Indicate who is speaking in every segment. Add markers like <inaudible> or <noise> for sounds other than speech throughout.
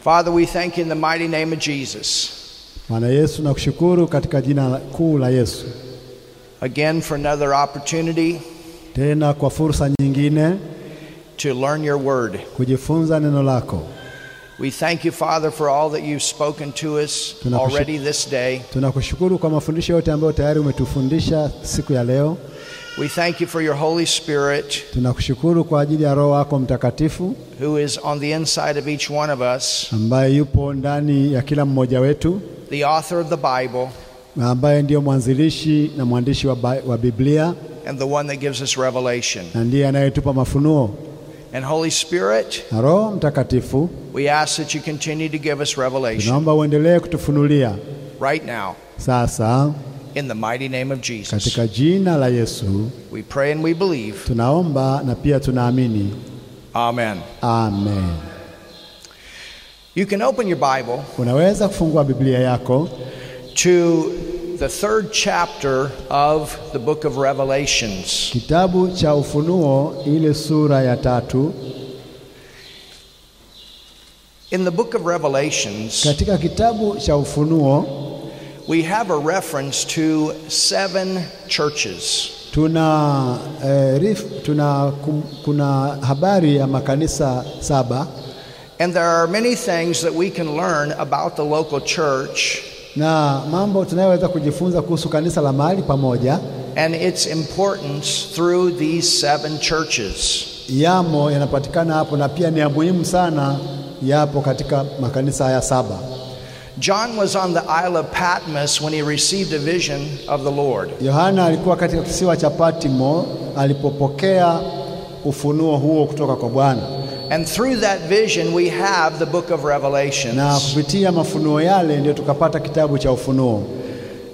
Speaker 1: Father, we thank you in the mighty name of Jesus
Speaker 2: Bwana Yesu, nakushukuru katika jina la- kuu la Yesu,
Speaker 1: again for another opportunity
Speaker 2: tena kwa fursa nyingine
Speaker 1: to learn your word.
Speaker 2: kujifunza neno lako.
Speaker 1: We thank you, Father, for all that you've spoken to us
Speaker 2: Tunakushuk-
Speaker 1: already this day.
Speaker 2: Tunakushukuru kwa mafundisho yote ambayo tayari umetufundisha siku ya leo.
Speaker 1: We thank you for your Holy Spirit
Speaker 2: Tunakushukuru kwa ajili ya Roho wako Mtakatifu
Speaker 1: who is on the inside of each one of us,
Speaker 2: ambaye yupo ndani ya kila mmoja wetu,
Speaker 1: the author of the Bible
Speaker 2: na ambaye ndiyo mwanzilishi na mwandishi wa, Ba- wa Biblia
Speaker 1: and the one that gives us revelation.
Speaker 2: na ndiye anayetupa mafunuo.
Speaker 1: And Holy Spirit,
Speaker 2: Na Roho Mtakatifu,
Speaker 1: we ask that you continue to give us revelation
Speaker 2: tunaomba uendelee kutufunulia
Speaker 1: right now
Speaker 2: sasa,
Speaker 1: in the mighty name of Jesus.
Speaker 2: katika jina la Yesu
Speaker 1: We pray and we believe.
Speaker 2: tunaomba na pia tunaamini.
Speaker 1: Amen.
Speaker 2: Amen.
Speaker 1: You can open your Bible
Speaker 2: Unaweza kufungua Biblia yako
Speaker 1: to the third chapter of the book of Revelations.
Speaker 2: kitabu cha Ufunuo ile sura ya tatu.
Speaker 1: In the book of Revelations,
Speaker 2: Katika kitabu cha Ufunuo
Speaker 1: we have a reference to seven churches.
Speaker 2: tuna, eh, rif, tuna kum, kuna habari ya makanisa saba
Speaker 1: And there are many things that we can learn about the local church
Speaker 2: na mambo tunayoweza kujifunza kuhusu kanisa la mahali pamoja
Speaker 1: and its importance through these seven churches.
Speaker 2: yamo yanapatikana hapo, na pia ni ya muhimu sana yapo katika makanisa haya saba.
Speaker 1: John was on the Isle of Patmos when he received a vision of the Lord.
Speaker 2: Yohana alikuwa katika kisiwa cha Patmo alipopokea ufunuo huo kutoka kwa Bwana.
Speaker 1: And through that vision, we have the book of
Speaker 2: na
Speaker 1: Revelations.
Speaker 2: kupitia mafunuo yale ndio tukapata kitabu cha Ufunuo.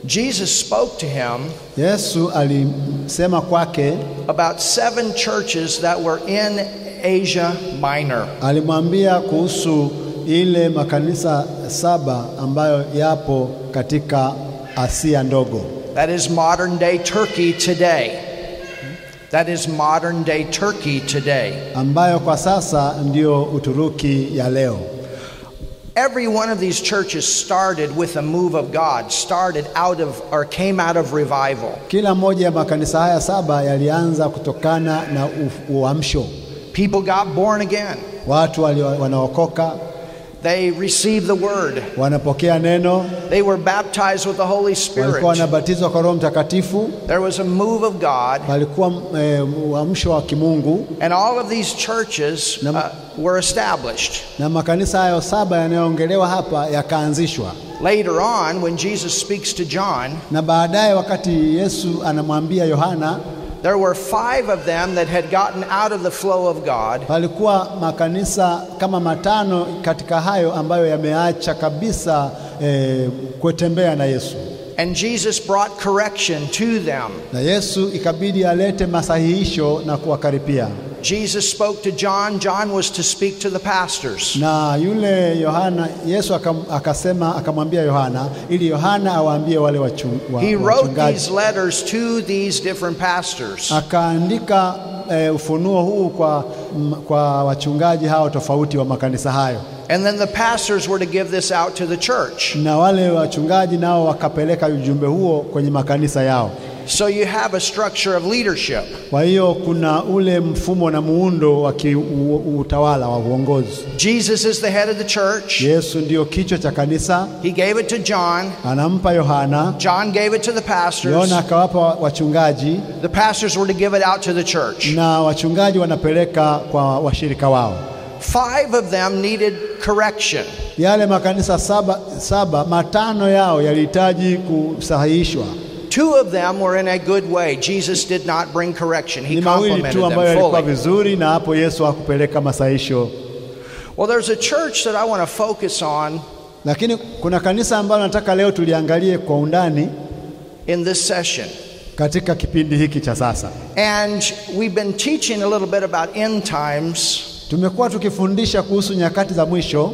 Speaker 1: Jesus spoke to him
Speaker 2: Yesu alisema kwake,
Speaker 1: about seven churches that were in Asia Minor.
Speaker 2: alimwambia kuhusu ile makanisa saba ambayo yapo katika Asia ndogo,
Speaker 1: That is modern day Turkey today. That is modern day Turkey today.
Speaker 2: ambayo kwa sasa ndiyo Uturuki ya leo.
Speaker 1: Every one of these churches started with a move of God, started out of or came out of revival.
Speaker 2: Kila moja ya makanisa haya saba yalianza kutokana na u- uamsho,
Speaker 1: People got born again.
Speaker 2: watu walio- wanaokoka
Speaker 1: They received the word.
Speaker 2: wanapokea neno,
Speaker 1: They were baptized with the Holy
Speaker 2: walikuwa
Speaker 1: Spirit.
Speaker 2: wanabatizwa kwa Roho Mtakatifu,
Speaker 1: There was a move of God,
Speaker 2: palikuwa eh, uamsho wa kimungu
Speaker 1: and all of these churches
Speaker 2: Nam-
Speaker 1: uh, were established.
Speaker 2: na makanisa hayo saba yanayoongelewa hapa yakaanzishwa,
Speaker 1: Later on, when Jesus speaks to John,
Speaker 2: na baadaye wakati Yesu anamwambia Yohana,
Speaker 1: there were five of them that had gotten out of the flow of God.
Speaker 2: palikuwa makanisa kama matano katika hayo ambayo yameacha kabisa eh, kutembea na Yesu,
Speaker 1: And Jesus brought correction to them.
Speaker 2: na Yesu ikabidi alete masahihisho na kuwakaripia,
Speaker 1: Jesus spoke to John. John was to speak to the pastors.
Speaker 2: na yule Yohana, Yesu akam, akasema akamwambia Yohana ili Yohana awaambie wale wachung, wa,
Speaker 1: He wrote
Speaker 2: wachungaji
Speaker 1: these letters to these different pastors.
Speaker 2: Uh. akaandika eh, ufunuo huu kwa, m, kwa wachungaji hao tofauti wa makanisa hayo,
Speaker 1: And then the pastors were to give this out to the church.
Speaker 2: na wale wachungaji nao wakapeleka ujumbe huo kwenye makanisa yao.
Speaker 1: So you have a structure of leadership.
Speaker 2: Kwa hiyo kuna ule mfumo na muundo wa ki- u- u- utawala wa uongozi.
Speaker 1: Jesus is the head of the church.
Speaker 2: Yesu ndiyo kichwa cha kanisa,
Speaker 1: He gave it to John.
Speaker 2: anampa Yohana.
Speaker 1: John gave it to the pastors.
Speaker 2: Yohana akawapa wa- wachungaji
Speaker 1: The pastors were to give it out to the church.
Speaker 2: na wachungaji wanapeleka kwa washirika wao.
Speaker 1: Five of them needed correction.
Speaker 2: Yale makanisa saba, saba matano yao yalihitaji kusahihishwa.
Speaker 1: Two of them were in a good way. Jesus did not bring correction. He
Speaker 2: ni mawili
Speaker 1: complimented
Speaker 2: tu
Speaker 1: them
Speaker 2: ambayo yalikuwa
Speaker 1: fully.
Speaker 2: vizuri, na hapo Yesu hakupeleka masaisho.
Speaker 1: Well, there's a church that I want to focus on
Speaker 2: Lakini kuna kanisa ambalo nataka leo tuliangalie kwa undani
Speaker 1: in this session.
Speaker 2: katika kipindi hiki cha sasa.
Speaker 1: And we've been teaching a little bit about end times,
Speaker 2: Tumekuwa tukifundisha kuhusu nyakati za mwisho,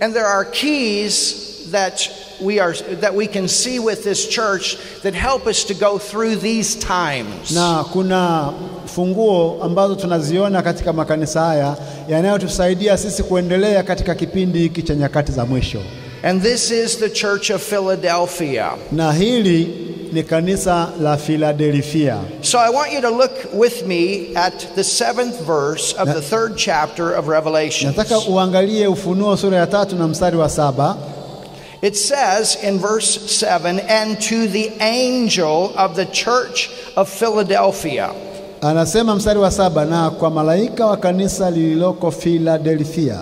Speaker 1: and there are keys that we are that we can see with this church that help us to go through these times.
Speaker 2: na kuna funguo ambazo tunaziona katika makanisa haya yanayotusaidia sisi kuendelea katika kipindi hiki cha nyakati za mwisho,
Speaker 1: And this is the Church of Philadelphia.
Speaker 2: na hili ni kanisa la Filadelfia.
Speaker 1: So I want you to look with me at the seventh verse of the third chapter of Revelation.
Speaker 2: Nataka uangalie Ufunuo sura ya tatu na mstari wa saba.
Speaker 1: It says in verse 7 and to the angel of the church of Philadelphia.
Speaker 2: Anasema mstari wa saba, na kwa malaika wa kanisa lililoko Filadelfia.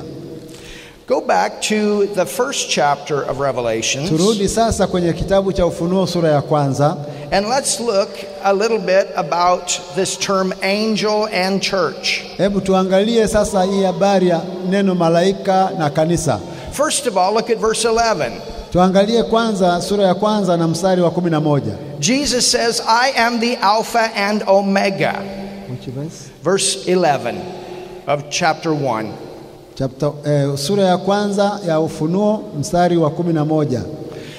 Speaker 1: Go back to the first chapter of Revelation
Speaker 2: Turudi sasa kwenye kitabu cha Ufunuo sura ya kwanza,
Speaker 1: and let's look a little bit about this term angel and church.
Speaker 2: hebu tuangalie sasa hii habari ya neno malaika na kanisa.
Speaker 1: First of all, look at verse 11.
Speaker 2: Tuangalie kwanza sura ya kwanza na mstari wa kumi na moja.
Speaker 1: Jesus says, I am the Alpha and Omega. Verse 11 of chapter 1.
Speaker 2: Chapter, eh, sura ya kwanza ya Ufunuo mstari wa kumi na moja.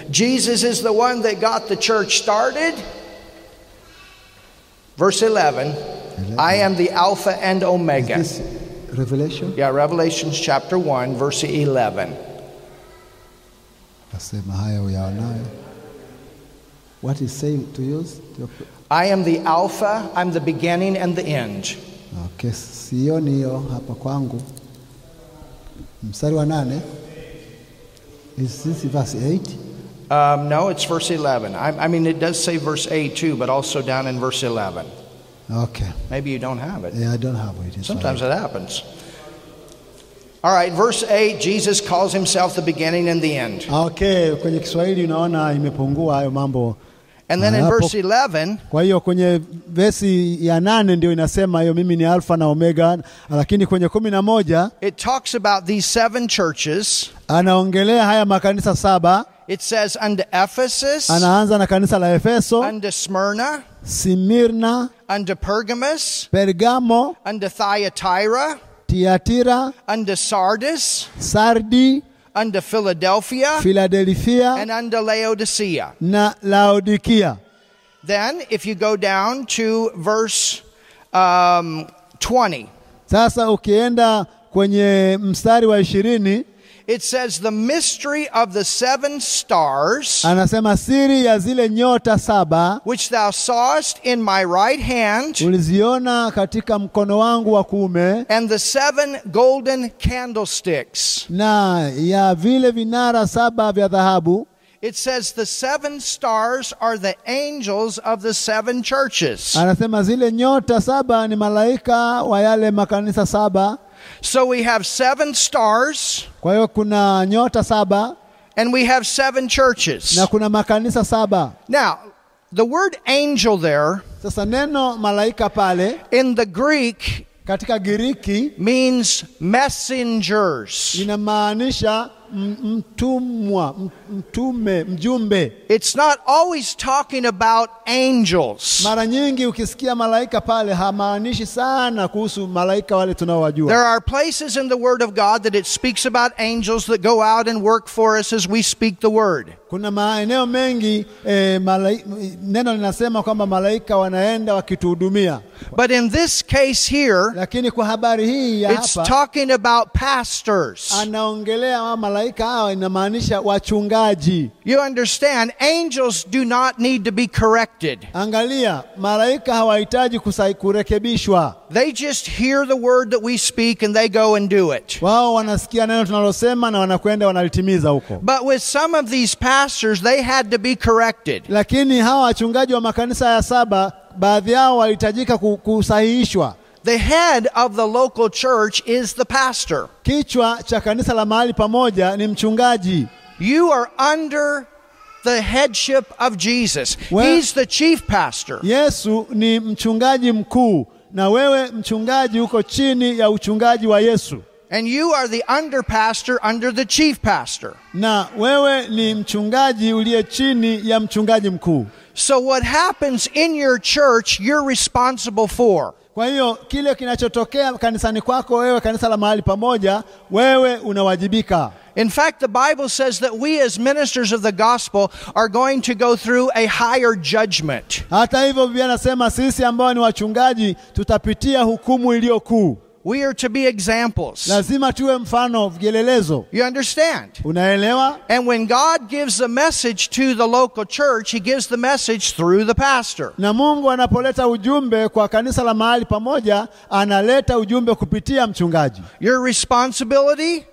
Speaker 1: Jesus is the one that got the church started. Verse 11, I am the Alpha and Omega. yeah, Revelations chapter 1, verse 11.
Speaker 2: Nasema haya uyaonayo. What is saying to yours?
Speaker 1: I am the Alpha, I'm the beginning and the end.
Speaker 2: Okay, sioni hiyo hapa kwangu. Mstari wa nane. Is this verse 8?
Speaker 1: Um, no, it's verse 11. I, I mean, it does say verse 8 too, but also down in verse 11.
Speaker 2: Okay.
Speaker 1: Maybe you don't have it.
Speaker 2: Yeah, I don't have it. It's
Speaker 1: Sometimes that happens. All right, verse 8 Jesus calls himself the beginning and the end.
Speaker 2: all right. Okay, kwenye Kiswahili unaona imepungua hayo mambo.
Speaker 1: And then in
Speaker 2: Hapo-
Speaker 1: verse 11,
Speaker 2: Kwa hiyo kwenye vesi ya nane ndio inasema hiyo mimi ni alfa na omega, lakini kwenye kumi na moja
Speaker 1: it talks about these seven churches.
Speaker 2: anaongelea haya makanisa saba.
Speaker 1: It says unto Ephesus,
Speaker 2: Anaanza na kanisa la Efeso,
Speaker 1: unto Smyrna,
Speaker 2: Simirna,
Speaker 1: unto Pergamus,
Speaker 2: Pergamo,
Speaker 1: unto Thyatira,
Speaker 2: Tiatira,
Speaker 1: unto Sardis,
Speaker 2: Sardi,
Speaker 1: unto Philadelphia,
Speaker 2: Filadelfia
Speaker 1: and unto Laodicea.
Speaker 2: na Laodikia.
Speaker 1: Then, if you go down to verse um, 20,
Speaker 2: Sasa ukienda kwenye mstari wa ishirini
Speaker 1: it says, The mystery of the seven stars,
Speaker 2: anasema siri ya zile nyota saba
Speaker 1: which thou sawest in my right hand,
Speaker 2: uliziona katika mkono wangu wa kuume
Speaker 1: and the seven golden candlesticks.
Speaker 2: na ya vile vinara saba vya dhahabu.
Speaker 1: It says, The seven stars are the angels of the seven churches.
Speaker 2: Anasema zile nyota saba ni malaika wa yale makanisa saba.
Speaker 1: So we have seven stars,
Speaker 2: Kwa hiyo kuna nyota saba
Speaker 1: and we have seven churches.
Speaker 2: na kuna makanisa saba.
Speaker 1: Now, the word angel there
Speaker 2: Sasa neno malaika pale
Speaker 1: in the Greek
Speaker 2: katika Giriki
Speaker 1: means messengers.
Speaker 2: linamaanisha m- mtumwa, m- mtume, mjumbe.
Speaker 1: It's not always talking about angels.
Speaker 2: Mara nyingi ukisikia malaika pale hamaanishi sana kuhusu malaika wale tunaowajua.
Speaker 1: There are places in the Word of God that it speaks about angels that go out and work for us as we speak the Word.
Speaker 2: Kuna maeneo mengi e, malai, neno linasema kwamba malaika wanaenda wakituhudumia,
Speaker 1: But in this case here,
Speaker 2: lakini kwa habari hii ya
Speaker 1: it's
Speaker 2: hapa
Speaker 1: talking about pastors.
Speaker 2: anaongelea wa malaika hawa, inamaanisha wachungaji.
Speaker 1: You understand, angels do not need to be corrected.
Speaker 2: Angalia, malaika hawahitaji kusai- kurekebishwa.
Speaker 1: They just hear the word that we speak and they go and do it.
Speaker 2: Wao wanasikia neno tunalosema na wanakwenda wanalitimiza huko.
Speaker 1: But with some of these pastors, they had to be corrected.
Speaker 2: Lakini hawa wachungaji wa makanisa ya saba, baadhi yao walihitajika ku- kusahihishwa.
Speaker 1: The head of the local church is the pastor.
Speaker 2: Kichwa cha kanisa la mahali pamoja ni mchungaji.
Speaker 1: You are under the headship of Jesus.
Speaker 2: Well-
Speaker 1: He's the chief pastor.
Speaker 2: Yesu ni mchungaji mkuu, na wewe mchungaji uko chini ya uchungaji wa Yesu,
Speaker 1: And you are the under pastor under the chief pastor.
Speaker 2: na wewe ni mchungaji uliye chini ya mchungaji mkuu.
Speaker 1: So what happens in your church, you're responsible for.
Speaker 2: Kwa hiyo kile kinachotokea kanisani kwako, wewe kanisa la mahali pamoja, wewe unawajibika.
Speaker 1: In fact, the Bible says that we as ministers of the gospel are going to go through a higher judgment.
Speaker 2: Hata hivyo, Biblia inasema sisi ambao ni wachungaji tutapitia hukumu iliyo kuu.
Speaker 1: We are to be examples.
Speaker 2: Lazima tuwe mfano, vielelezo.
Speaker 1: You understand?
Speaker 2: Unaelewa?
Speaker 1: And when God gives a message to the local church, He gives the message through the pastor.
Speaker 2: Na Mungu anapoleta ujumbe kwa kanisa la mahali pamoja, analeta ujumbe kupitia mchungaji.
Speaker 1: Your responsibility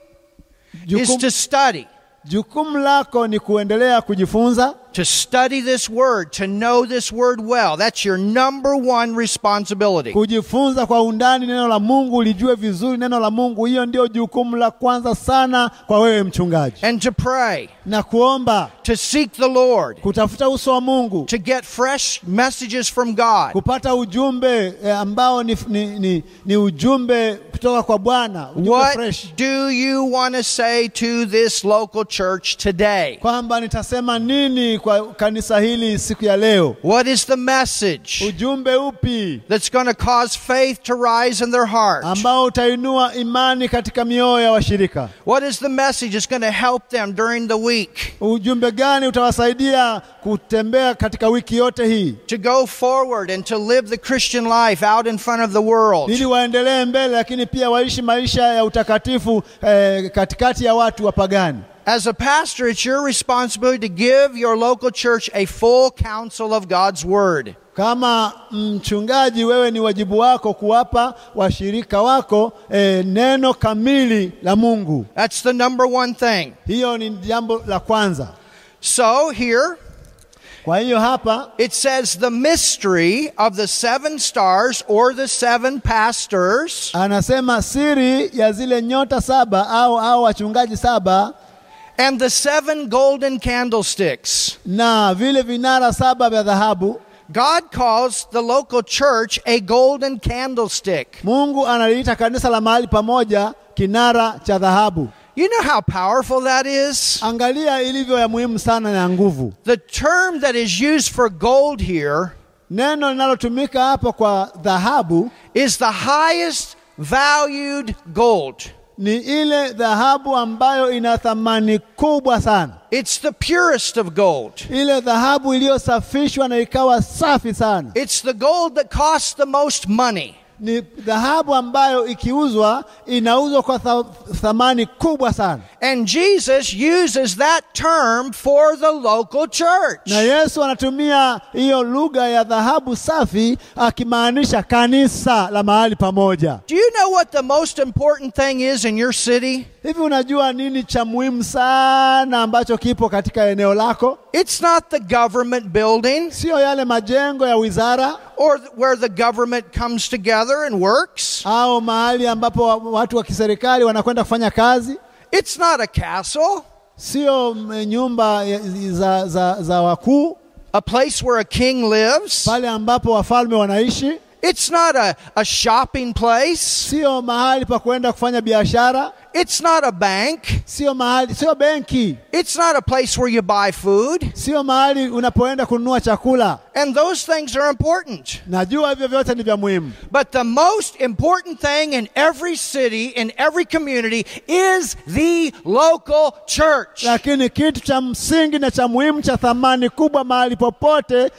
Speaker 1: is
Speaker 2: Jukum,
Speaker 1: to study,
Speaker 2: jukumu lako ni kuendelea kujifunza,
Speaker 1: to study this word, to know this word well. That's your number one responsibility.
Speaker 2: kujifunza kwa undani neno la Mungu, lijue vizuri neno la Mungu. Hiyo ndio jukumu la kwanza sana kwa wewe mchungaji,
Speaker 1: And to pray,
Speaker 2: na kuomba,
Speaker 1: to seek the Lord,
Speaker 2: kutafuta uso wa Mungu,
Speaker 1: to get fresh messages from God.
Speaker 2: kupata ujumbe eh, ambao ni, ni, ni, ni ujumbe kutoka kwa Bwana, ujumbe fresh.
Speaker 1: What do you want to say to this local church today?
Speaker 2: kwamba nitasema nini kwa kanisa hili siku ya leo,
Speaker 1: What is the message
Speaker 2: ujumbe upi
Speaker 1: that's going to cause faith to rise in their heart?
Speaker 2: ambao utainua imani katika mioyo ya washirika.
Speaker 1: What is the message that's going to help them during the week
Speaker 2: Ujumbe gani utawasaidia kutembea katika wiki yote hii
Speaker 1: to go forward and to live the Christian life out in front of the world?
Speaker 2: ili waendelee mbele, lakini pia waishi maisha ya utakatifu eh, katikati ya watu wapagani.
Speaker 1: As a pastor, it's your responsibility to give your local church a full counsel of God's Word.
Speaker 2: Kama mchungaji, wewe ni wajibu wako kuwapa washirika wako eh, neno kamili la Mungu.
Speaker 1: That's the number one thing.
Speaker 2: Hiyo ni jambo la kwanza.
Speaker 1: So here,
Speaker 2: Kwa hiyo hapa
Speaker 1: It says the mystery of the seven stars or the seven pastors
Speaker 2: Anasema siri ya zile nyota saba au au wachungaji saba
Speaker 1: and the seven golden candlesticks.
Speaker 2: na vile vinara saba vya dhahabu.
Speaker 1: God calls the local church a golden candlestick.
Speaker 2: Mungu analiita kanisa la mahali pamoja kinara cha dhahabu.
Speaker 1: You know how powerful that is?
Speaker 2: Angalia ilivyo ya muhimu sana na ya nguvu.
Speaker 1: The term that is used for gold here
Speaker 2: Neno linalotumika hapa kwa dhahabu
Speaker 1: is the highest valued gold.
Speaker 2: ni ile dhahabu ambayo ina thamani kubwa sana,
Speaker 1: It's the purest of gold.
Speaker 2: ile dhahabu iliyosafishwa na ikawa safi sana.
Speaker 1: It's the gold that costs the most money.
Speaker 2: Ni dhahabu ambayo ikiuzwa inauzwa kwa tha thamani kubwa sana.
Speaker 1: And Jesus uses that term for the local church.
Speaker 2: na Yesu anatumia hiyo lugha ya dhahabu safi akimaanisha kanisa la mahali pamoja.
Speaker 1: Do you know what the most important thing is in your city?
Speaker 2: Hivi unajua nini cha muhimu sana ambacho kipo katika eneo lako?
Speaker 1: It's not the government building
Speaker 2: Sio yale majengo ya wizara
Speaker 1: or th- where the government comes together and works.
Speaker 2: au mahali ambapo wa- watu wa kiserikali wanakwenda kufanya kazi,
Speaker 1: It's not a castle,
Speaker 2: sio mm, nyumba ya- za, za, za wakuu
Speaker 1: a place where a king lives.
Speaker 2: pale ambapo wafalme wanaishi,
Speaker 1: It's not a, a shopping place.
Speaker 2: sio mahali pa kuenda kufanya biashara,
Speaker 1: It's not a bank.
Speaker 2: sio mahali, sio benki,
Speaker 1: It's not a place where you buy food.
Speaker 2: sio mahali unapoenda kununua chakula.
Speaker 1: And those things are important.
Speaker 2: Najua hivyo vyote ni vya muhimu,
Speaker 1: But the most important thing in every city, in every community, is the local church.
Speaker 2: lakini kitu cha msingi na cha muhimu cha thamani kubwa mahali popote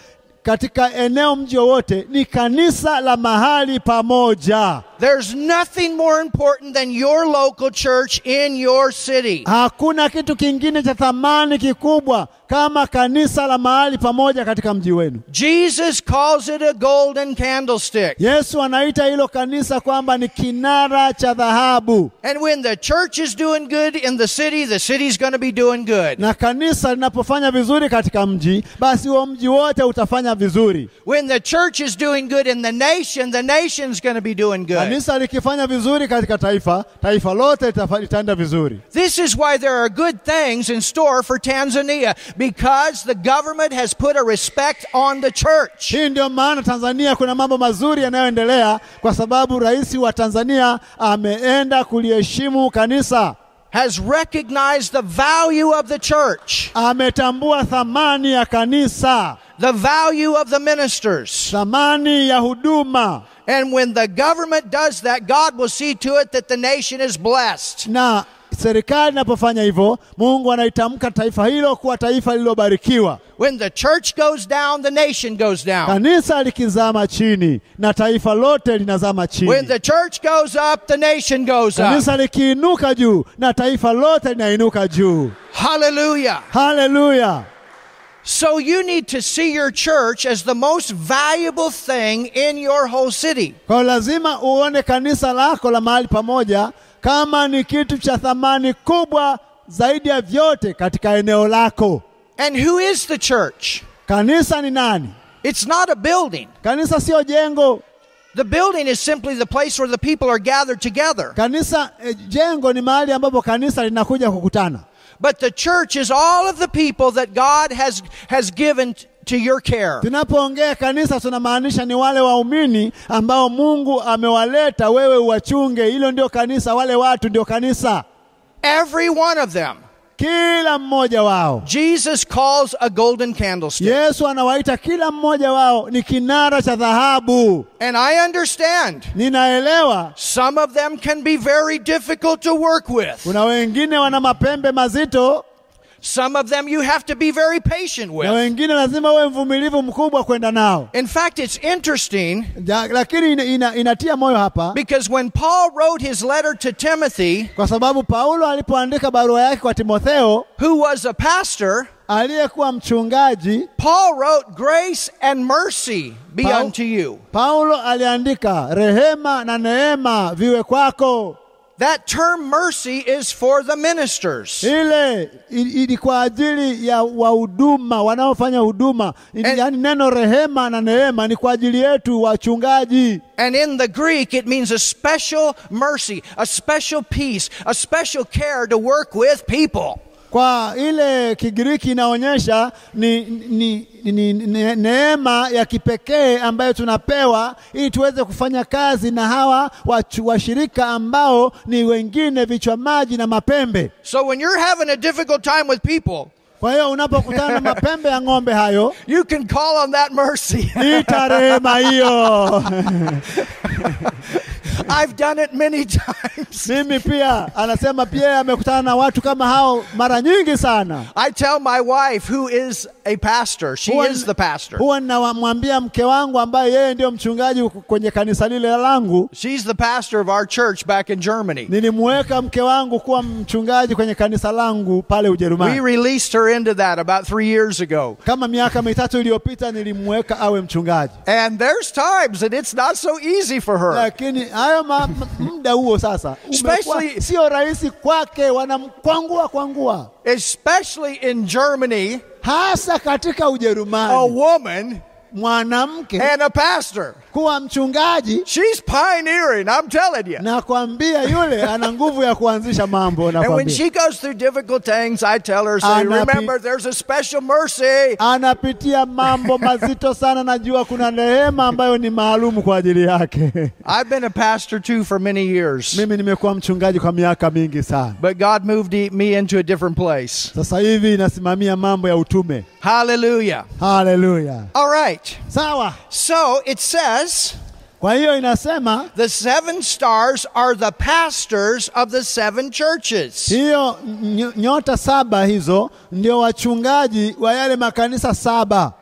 Speaker 2: katika eneo mji wowote ni kanisa la mahali pamoja.
Speaker 1: There's nothing more important than your local church in your city.
Speaker 2: Hakuna kitu kingine cha thamani kikubwa kama kanisa la mahali pamoja katika mji wenu.
Speaker 1: Jesus calls it a golden candlestick.
Speaker 2: Yesu anaita hilo kanisa kwamba ni kinara cha dhahabu,
Speaker 1: And when the church is doing good in the city, the city's going to be doing good.
Speaker 2: na kanisa linapofanya vizuri katika mji, basi huo mji wote utafanya vizuri.
Speaker 1: When the church is doing good in the nation, the nation's going to be doing good.
Speaker 2: Kanisa likifanya vizuri katika taifa, taifa lote litafa- litaenda vizuri.
Speaker 1: This is why there are good things in store for Tanzania because the government has put a respect on the church.
Speaker 2: Hii ndio maana Tanzania kuna mambo mazuri yanayoendelea kwa sababu rais wa Tanzania ameenda kuliheshimu kanisa,
Speaker 1: Has recognized the value of the church,
Speaker 2: ametambua thamani ya kanisa,
Speaker 1: the value of the ministers.
Speaker 2: thamani ya huduma,
Speaker 1: And when the government does that, God will see to it that the nation is blessed.
Speaker 2: na serikali inapofanya hivyo, Mungu anaitamka taifa hilo kuwa taifa lililobarikiwa.
Speaker 1: When the church goes down, the nation goes down.
Speaker 2: Kanisa likizama chini na taifa lote linazama
Speaker 1: When
Speaker 2: chini.
Speaker 1: the church goes up, the nation goes up.
Speaker 2: Kanisa likiinuka juu na taifa lote linainuka juu.
Speaker 1: Hallelujah.
Speaker 2: Haleluya!
Speaker 1: So you need to see your church as the most valuable thing in your whole city.
Speaker 2: Kwa hiyo lazima uone kanisa lako la mahali pamoja kama ni kitu cha thamani kubwa zaidi ya vyote katika eneo lako.
Speaker 1: And who is the church?
Speaker 2: Kanisa ni nani?
Speaker 1: It's not a building.
Speaker 2: Kanisa sio jengo.
Speaker 1: The building is simply the place where the people are gathered together.
Speaker 2: Kanisa eh, jengo ni mahali ambapo kanisa linakuja kukutana,
Speaker 1: But the church is all of the people that God has has given t- to your care.
Speaker 2: Tunapoongea kanisa tunamaanisha ni wale waumini ambao Mungu amewaleta wewe uwachunge. Hilo ndio kanisa, wale watu ndio kanisa,
Speaker 1: Every one of them.
Speaker 2: kila mmoja wao.
Speaker 1: Jesus calls a golden candlestick.
Speaker 2: Yesu anawaita kila mmoja wao ni kinara cha dhahabu.
Speaker 1: And I understand
Speaker 2: Ninaelewa
Speaker 1: some of them can be very difficult to work with.
Speaker 2: kuna wengine wana mapembe mazito
Speaker 1: Some of them you have to be very patient
Speaker 2: na
Speaker 1: with.
Speaker 2: wengine lazima uwe mvumilivu mkubwa kwenda nao.
Speaker 1: In fact, it's interesting
Speaker 2: Ja, lakini ina, ina, inatia moyo hapa
Speaker 1: because when Paul wrote his letter to Timothy,
Speaker 2: kwa sababu Paulo alipoandika barua yake kwa Timotheo
Speaker 1: who was a pastor,
Speaker 2: aliyekuwa mchungaji
Speaker 1: Paul wrote, Grace and mercy be
Speaker 2: Paul-
Speaker 1: unto you.
Speaker 2: Paulo aliandika rehema na neema viwe kwako.
Speaker 1: That term mercy is for the ministers.
Speaker 2: Ile i- i- ni kwa ajili ya wahuduma wanaofanya huduma, I-
Speaker 1: And-
Speaker 2: yaani neno rehema na neema ni kwa ajili yetu wachungaji,
Speaker 1: And in the Greek, it means a special mercy, a special peace, a special care to work with people.
Speaker 2: kwa ile Kigiriki inaonyesha ni, ni, ni, ni, ni neema ya kipekee ambayo tunapewa ili tuweze kufanya kazi na hawa wachu- washirika ambao ni wengine vichwa maji na mapembe.
Speaker 1: So when you're having a difficult time with people,
Speaker 2: Kwa hiyo unapokutana na mapembe ya ng'ombe hayo
Speaker 1: you can call on that mercy. <laughs>
Speaker 2: Ita rehema hiyo.
Speaker 1: I've done it many <laughs> times.
Speaker 2: Mimi pia anasema pia amekutana na watu kama hao mara nyingi sana.
Speaker 1: I tell my wife, who is a pastor, she
Speaker 2: Huwa-
Speaker 1: is the pastor.
Speaker 2: Huwa ninamwambia mke wangu ambaye yeye ndiyo mchungaji kwenye kanisa lile langu,
Speaker 1: She's the pastor of our church back in Germany.
Speaker 2: nilimweka mke wangu kuwa mchungaji kwenye kanisa langu pale
Speaker 1: We
Speaker 2: Ujerumani.
Speaker 1: released her into that about three years ago.
Speaker 2: Kama miaka mitatu iliyopita nilimweka awe mchungaji,
Speaker 1: And there's times that it's not so easy for her.
Speaker 2: lakini hayo ma- m- muda huo sasa umekuwa
Speaker 1: Especially-
Speaker 2: sio rahisi kwake, wanamkwangua kwangua,
Speaker 1: Especially in Germany,
Speaker 2: hasa katika
Speaker 1: a
Speaker 2: Ujerumani
Speaker 1: woman
Speaker 2: mwanamke
Speaker 1: and a pastor.
Speaker 2: kuwa mchungaji
Speaker 1: She's pioneering, I'm telling you.
Speaker 2: nakwambia yule ana nguvu ya kuanzisha mambo
Speaker 1: And when
Speaker 2: nakwambia.
Speaker 1: she goes through difficult things, I tell her, say,
Speaker 2: Anapi-
Speaker 1: remember, there's a special mercy.
Speaker 2: anapitia mambo mazito sana najua kuna rehema ambayo ni maalum kwa ajili yake
Speaker 1: I've been a pastor too for many years,
Speaker 2: mimi nimekuwa mchungaji kwa miaka mingi sana
Speaker 1: but God moved e- me into a different place.
Speaker 2: sasa hivi nasimamia mambo ya utume
Speaker 1: Hallelujah.
Speaker 2: haleluya
Speaker 1: All right.
Speaker 2: sawa
Speaker 1: So it says
Speaker 2: kwa hiyo inasema
Speaker 1: the seven stars are the pastors of the seven churches.
Speaker 2: hiyo ny- nyota saba hizo ndio wachungaji wa yale makanisa saba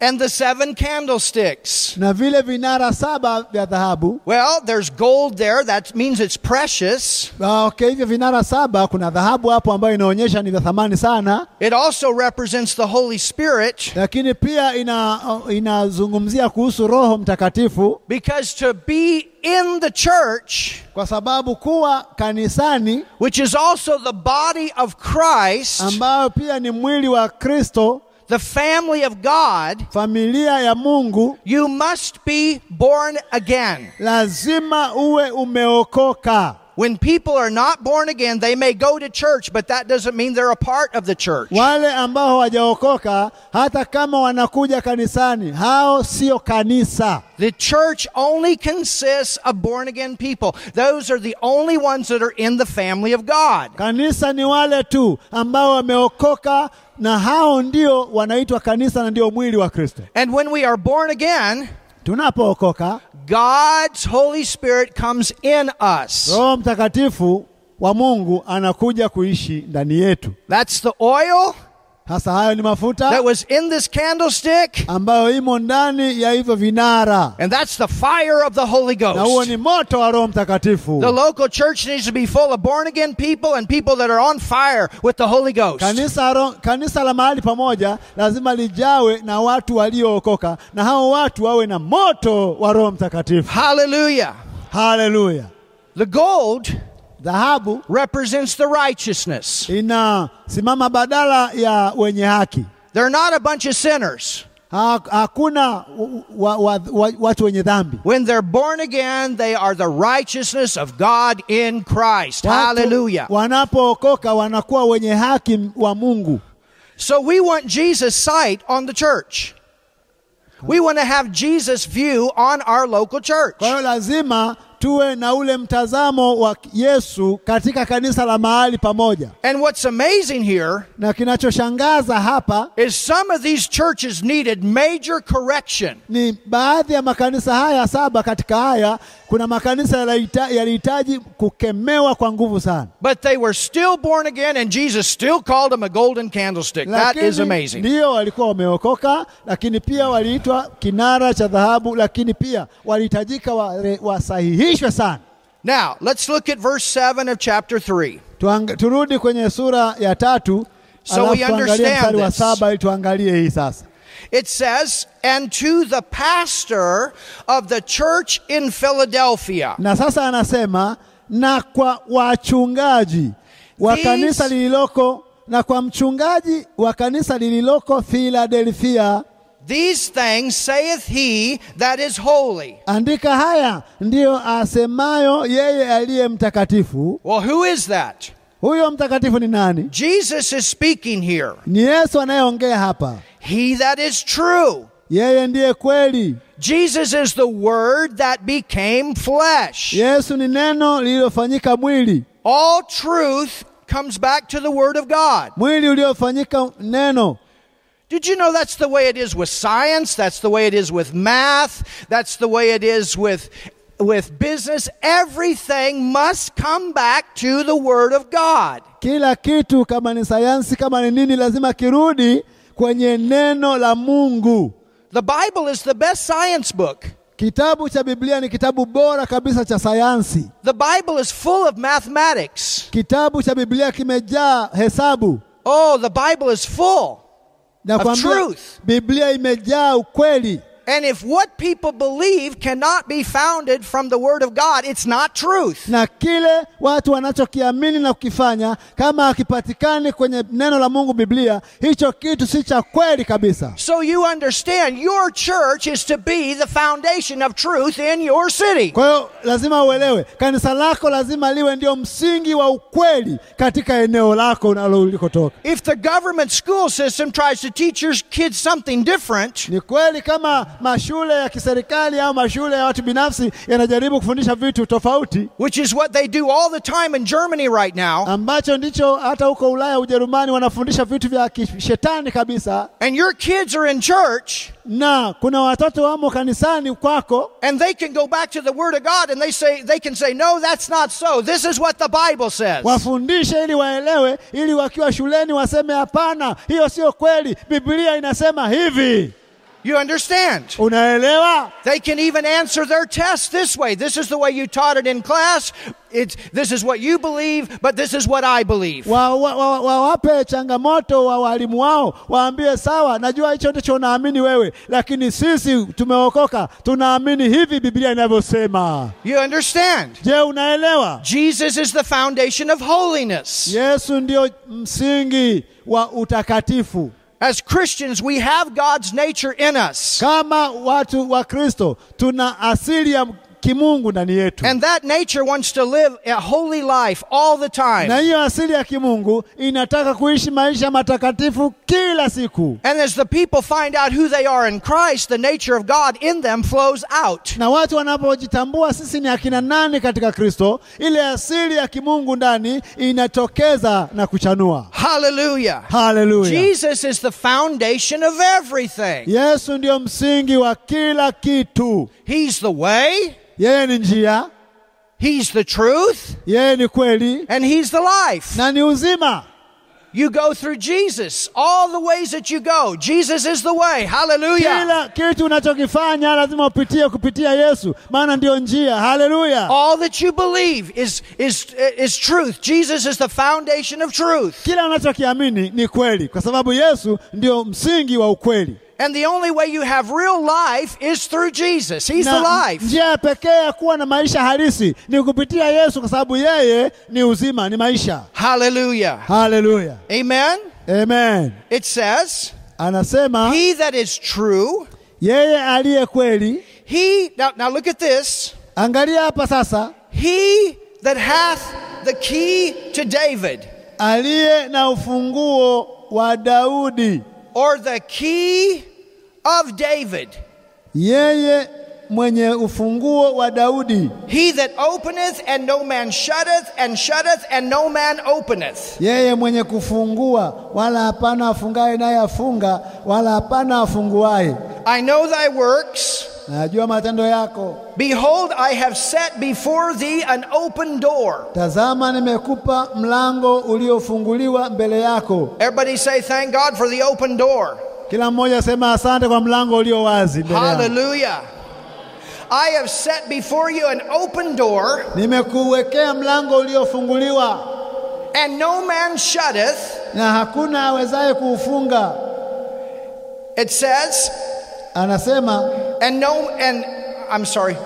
Speaker 1: and the seven candlesticks.
Speaker 2: na vile vinara saba vya dhahabu
Speaker 1: Well, there's gold there. That means it's precious.
Speaker 2: Ah, okay, hivyo vinara saba kuna dhahabu hapo ambayo inaonyesha ni vya thamani sana
Speaker 1: It also represents the Holy Spirit
Speaker 2: lakini pia ina inazungumzia kuhusu Roho Mtakatifu
Speaker 1: because to be in the church,
Speaker 2: kwa sababu kuwa kanisani
Speaker 1: which is also the body of Christ,
Speaker 2: ambayo pia ni mwili wa Kristo,
Speaker 1: the family of God,
Speaker 2: familia ya Mungu,
Speaker 1: you must be born again.
Speaker 2: lazima uwe umeokoka.
Speaker 1: When people are not born again, they may go to church, but that doesn't mean they're a part of the church.
Speaker 2: Wale ambao hawajaokoka hata kama wanakuja kanisani, hao sio kanisa.
Speaker 1: The church only consists of born again people. Those are the only ones that are in the family of God.
Speaker 2: Kanisa ni wale tu ambao wameokoka, na hao ndio wanaitwa kanisa na ndio mwili wa Kristo.
Speaker 1: And when we are born again,
Speaker 2: Tunapookoka
Speaker 1: God's Holy Spirit comes in us.
Speaker 2: Oh. Roho Mtakatifu wa mungu anakuja kuishi ndani yetu
Speaker 1: That's the oil
Speaker 2: sasa hayo ni mafuta
Speaker 1: that was in this candlestick,
Speaker 2: ambayo imo ndani ya hivyo vinara
Speaker 1: and that's the fire of the Holy
Speaker 2: na huo ni
Speaker 1: Ghost.
Speaker 2: moto wa roho
Speaker 1: The
Speaker 2: mtakatifu
Speaker 1: local church needs to be full of born again people and people that are on fire with the Holy Ghost.
Speaker 2: kanisa, ro, kanisa la mahali pamoja lazima lijawe na watu waliookoka na hao watu wawe na moto wa roho mtakatifu
Speaker 1: Hallelujah.
Speaker 2: haleluya
Speaker 1: The gold
Speaker 2: dhahabu
Speaker 1: represents the righteousness.
Speaker 2: inasimama badala ya wenye haki
Speaker 1: They're not a bunch of sinners.
Speaker 2: Ha- hakuna wa, wa, wa, watu wenye dhambi
Speaker 1: When they're born again, they are the righteousness of God in Christ.
Speaker 2: Watu
Speaker 1: Hallelujah.
Speaker 2: wanapookoka wanakuwa wenye haki m- wa mungu
Speaker 1: So we want Jesus' sight on the church. We want to have Jesus' view on our local church.
Speaker 2: kwa hiyo lazima tuwe na ule mtazamo wa yesu katika kanisa la mahali pamoja
Speaker 1: And what's amazing here
Speaker 2: na kinachoshangaza hapa
Speaker 1: is some of these churches needed major correction.
Speaker 2: ni baadhi ya makanisa haya saba katika haya kuna makanisa yalihita- yalihitaji kukemewa kwa nguvu sana
Speaker 1: But they were still born again, and Jesus still called them a golden candlestick. That is
Speaker 2: lakini
Speaker 1: amazing.
Speaker 2: ndio walikuwa wameokoka lakini pia waliitwa kinara cha dhahabu lakini pia walihitajika ware- wasahihishwe sana
Speaker 1: Now, let's look at verse 7 of chapter 3.
Speaker 2: Tuang, turudi kwenye sura ya tatu
Speaker 1: So we
Speaker 2: alafu tuangalie
Speaker 1: understand
Speaker 2: mstari wa
Speaker 1: this.
Speaker 2: saba ili tuangalie hii sasa
Speaker 1: It says, And to the pastor of the church in Philadelphia.
Speaker 2: na sasa anasema na kwa wachungaji wa
Speaker 1: These-
Speaker 2: kanisa lililoko na kwa mchungaji wa kanisa lililoko Filadelfia
Speaker 1: These things saith he that is holy.
Speaker 2: andika haya ndiyo asemayo yeye aliye mtakatifu
Speaker 1: Well, who is that?
Speaker 2: huyo mtakatifu ni nani
Speaker 1: Jesus is speaking here.
Speaker 2: ni Yesu anayeongea hapa.
Speaker 1: He that is true.
Speaker 2: Yeye ndiye kweli.
Speaker 1: Jesus is the word that became flesh.
Speaker 2: Yesu ni neno lililofanyika mwili,
Speaker 1: All truth comes back to the word of God.
Speaker 2: mwili uliofanyika neno.
Speaker 1: Did you know that's the way it is with science? That's the way it is with math. That's the way it is with with business. Everything must come back to the word of God.
Speaker 2: Kila kitu, kama ni sayansi, kama ni nini, lazima kirudi kwenye neno la Mungu.
Speaker 1: The Bible is the best science book.
Speaker 2: Kitabu cha Biblia ni kitabu bora kabisa cha sayansi.
Speaker 1: The Bible is full of mathematics.
Speaker 2: Kitabu cha Biblia kimejaa hesabu.
Speaker 1: Oh, the Bible is full.
Speaker 2: Na
Speaker 1: Of
Speaker 2: kwambia,
Speaker 1: truth.
Speaker 2: Biblia imejaa ukweli.
Speaker 1: And if what people believe cannot be founded from the Word of God, it's not truth.
Speaker 2: na kile watu wanachokiamini na kukifanya, kama hakipatikani kwenye neno la Mungu, Biblia, hicho kitu si cha kweli kabisa.
Speaker 1: So you understand your church is to be the foundation of truth in your city.
Speaker 2: Kwa hiyo lazima uelewe, kanisa lako lazima liwe ndio msingi wa ukweli katika eneo lako unalo ulikotoka.
Speaker 1: If the government school system tries to teach your kids something different,
Speaker 2: Ni kweli kama mashule ya kiserikali au mashule ya watu binafsi yanajaribu kufundisha vitu tofauti,
Speaker 1: which is what they do all the time in Germany right now,
Speaker 2: ambacho ndicho hata huko Ulaya, Ujerumani, wanafundisha vitu vya kishetani kabisa,
Speaker 1: and your kids are in church,
Speaker 2: na kuna watoto wamo kanisani kwako
Speaker 1: and they can go back to the Word of God and they say they can say, No, that's not so. This is what the Bible says.
Speaker 2: wafundishe ili waelewe, ili wakiwa shuleni waseme hapana, hiyo sio kweli, Biblia inasema hivi.
Speaker 1: You understand?
Speaker 2: Unaelewa?
Speaker 1: They can even answer their test this way. This is the way you taught it in class. It's, this is what you believe, but this is what I believe.
Speaker 2: Wawape wa, wa, wawape changamoto wa walimu wao, waambie sawa, najua hicho ndicho unaamini wewe, lakini sisi tumeokoka, tunaamini hivi Biblia inavyosema.
Speaker 1: You understand?
Speaker 2: Je, unaelewa?
Speaker 1: Jesus is the foundation of holiness.
Speaker 2: Yesu ndio msingi wa utakatifu.
Speaker 1: As Christians, we have God's nature in us.
Speaker 2: Kama watu wa Kristo, tuna asili ya kimungu ndani yetu.
Speaker 1: And that nature wants to live a holy life all the
Speaker 2: na
Speaker 1: time.
Speaker 2: hiyo asili ya kimungu inataka kuishi maisha matakatifu kila siku
Speaker 1: And as the people find out who they are in Christ, the nature of God in them flows out.
Speaker 2: na watu wanapojitambua sisi ni akina nani katika kristo ile asili ya kimungu ndani inatokeza na kuchanua
Speaker 1: Hallelujah.
Speaker 2: haleluya
Speaker 1: Jesus is the foundation of everything.
Speaker 2: yesu ndiyo msingi wa kila kitu
Speaker 1: He's the way,
Speaker 2: yeye ni njia
Speaker 1: He's the truth
Speaker 2: yeye ni kweli
Speaker 1: and He's the life.
Speaker 2: na ni uzima
Speaker 1: You go through Jesus, all the ways that you go. Jesus is the way. Hallelujah.
Speaker 2: kila kitu unachokifanya lazima upitie kupitia yesu maana ndiyo njia haleluya
Speaker 1: All that you believe is, is, is truth. Jesus is the foundation of truth.
Speaker 2: kila unachokiamini ni kweli kwa sababu yesu ndio msingi wa ukweli
Speaker 1: And the only way you have real life is through Jesus. He's the
Speaker 2: na
Speaker 1: life.
Speaker 2: njia ya pekee ya kuwa na maisha halisi ni kupitia yesu kwa sababu yeye ni uzima ni maisha
Speaker 1: Hallelujah.
Speaker 2: haleluya
Speaker 1: Amen.
Speaker 2: amen
Speaker 1: It says,
Speaker 2: anasema
Speaker 1: He that is true,
Speaker 2: yeye aliye kweli
Speaker 1: he, now, now look at this,
Speaker 2: angalia hapa sasa
Speaker 1: he that hath the key to David,
Speaker 2: aliye na ufunguo wa daudi
Speaker 1: or the key of David,
Speaker 2: yeye mwenye ufunguo wa daudi
Speaker 1: he that openeth and no man shutteth, and shutteth and no man openeth.
Speaker 2: yeye mwenye kufungua wala hapana afungaye naye afunga wala hapana afunguaye
Speaker 1: I know thy works.
Speaker 2: najua matendo yako
Speaker 1: Behold, I have set before thee an open door.
Speaker 2: tazama nimekupa mlango uliofunguliwa mbele yako
Speaker 1: Everybody say, Thank God for the open door.
Speaker 2: kila mmoja sema asante kwa mlango ulio wazi mbele yangu.
Speaker 1: Hallelujah. I have set before you an open door,
Speaker 2: nimekuwekea mlango uliofunguliwa
Speaker 1: and no man shutteth.
Speaker 2: na hakuna awezaye kuufunga
Speaker 1: It says,
Speaker 2: anasema
Speaker 1: and no, and I'm sorry.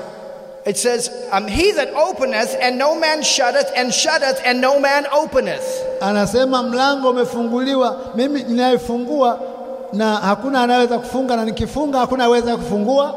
Speaker 1: It says, um, He that openeth, and no man shutteth, and shutteth, and no man openeth.
Speaker 2: anasema mlango umefunguliwa mimi ninayefungua na hakuna anayeweza kufunga na nikifunga hakuna aweza kufungua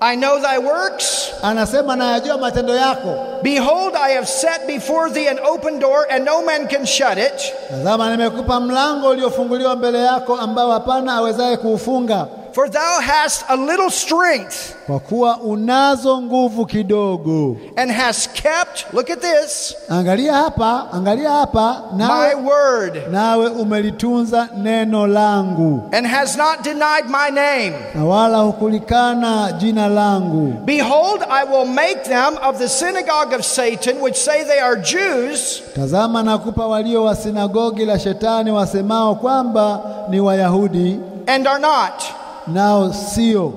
Speaker 1: I know thy works.
Speaker 2: anasema nayajua matendo yako
Speaker 1: Behold, I have set before thee an open door, and no man can shut it.
Speaker 2: tazama nimekupa mlango uliofunguliwa mbele yako ambao hapana awezaye kuufunga
Speaker 1: For thou hast a little strength,
Speaker 2: kwa kuwa unazo nguvu kidogo
Speaker 1: and hast kept, look at this,
Speaker 2: angalia hapa angalia hapa
Speaker 1: my
Speaker 2: nawe
Speaker 1: word.
Speaker 2: nawe umelitunza neno langu
Speaker 1: and has not denied my name.
Speaker 2: na wala hukulikana jina langu
Speaker 1: Behold, I will make them of the synagogue of Satan, which say they are Jews,
Speaker 2: tazama nakupa walio wa sinagogi la shetani wasemao kwamba ni wayahudi
Speaker 1: and are not,
Speaker 2: nao sio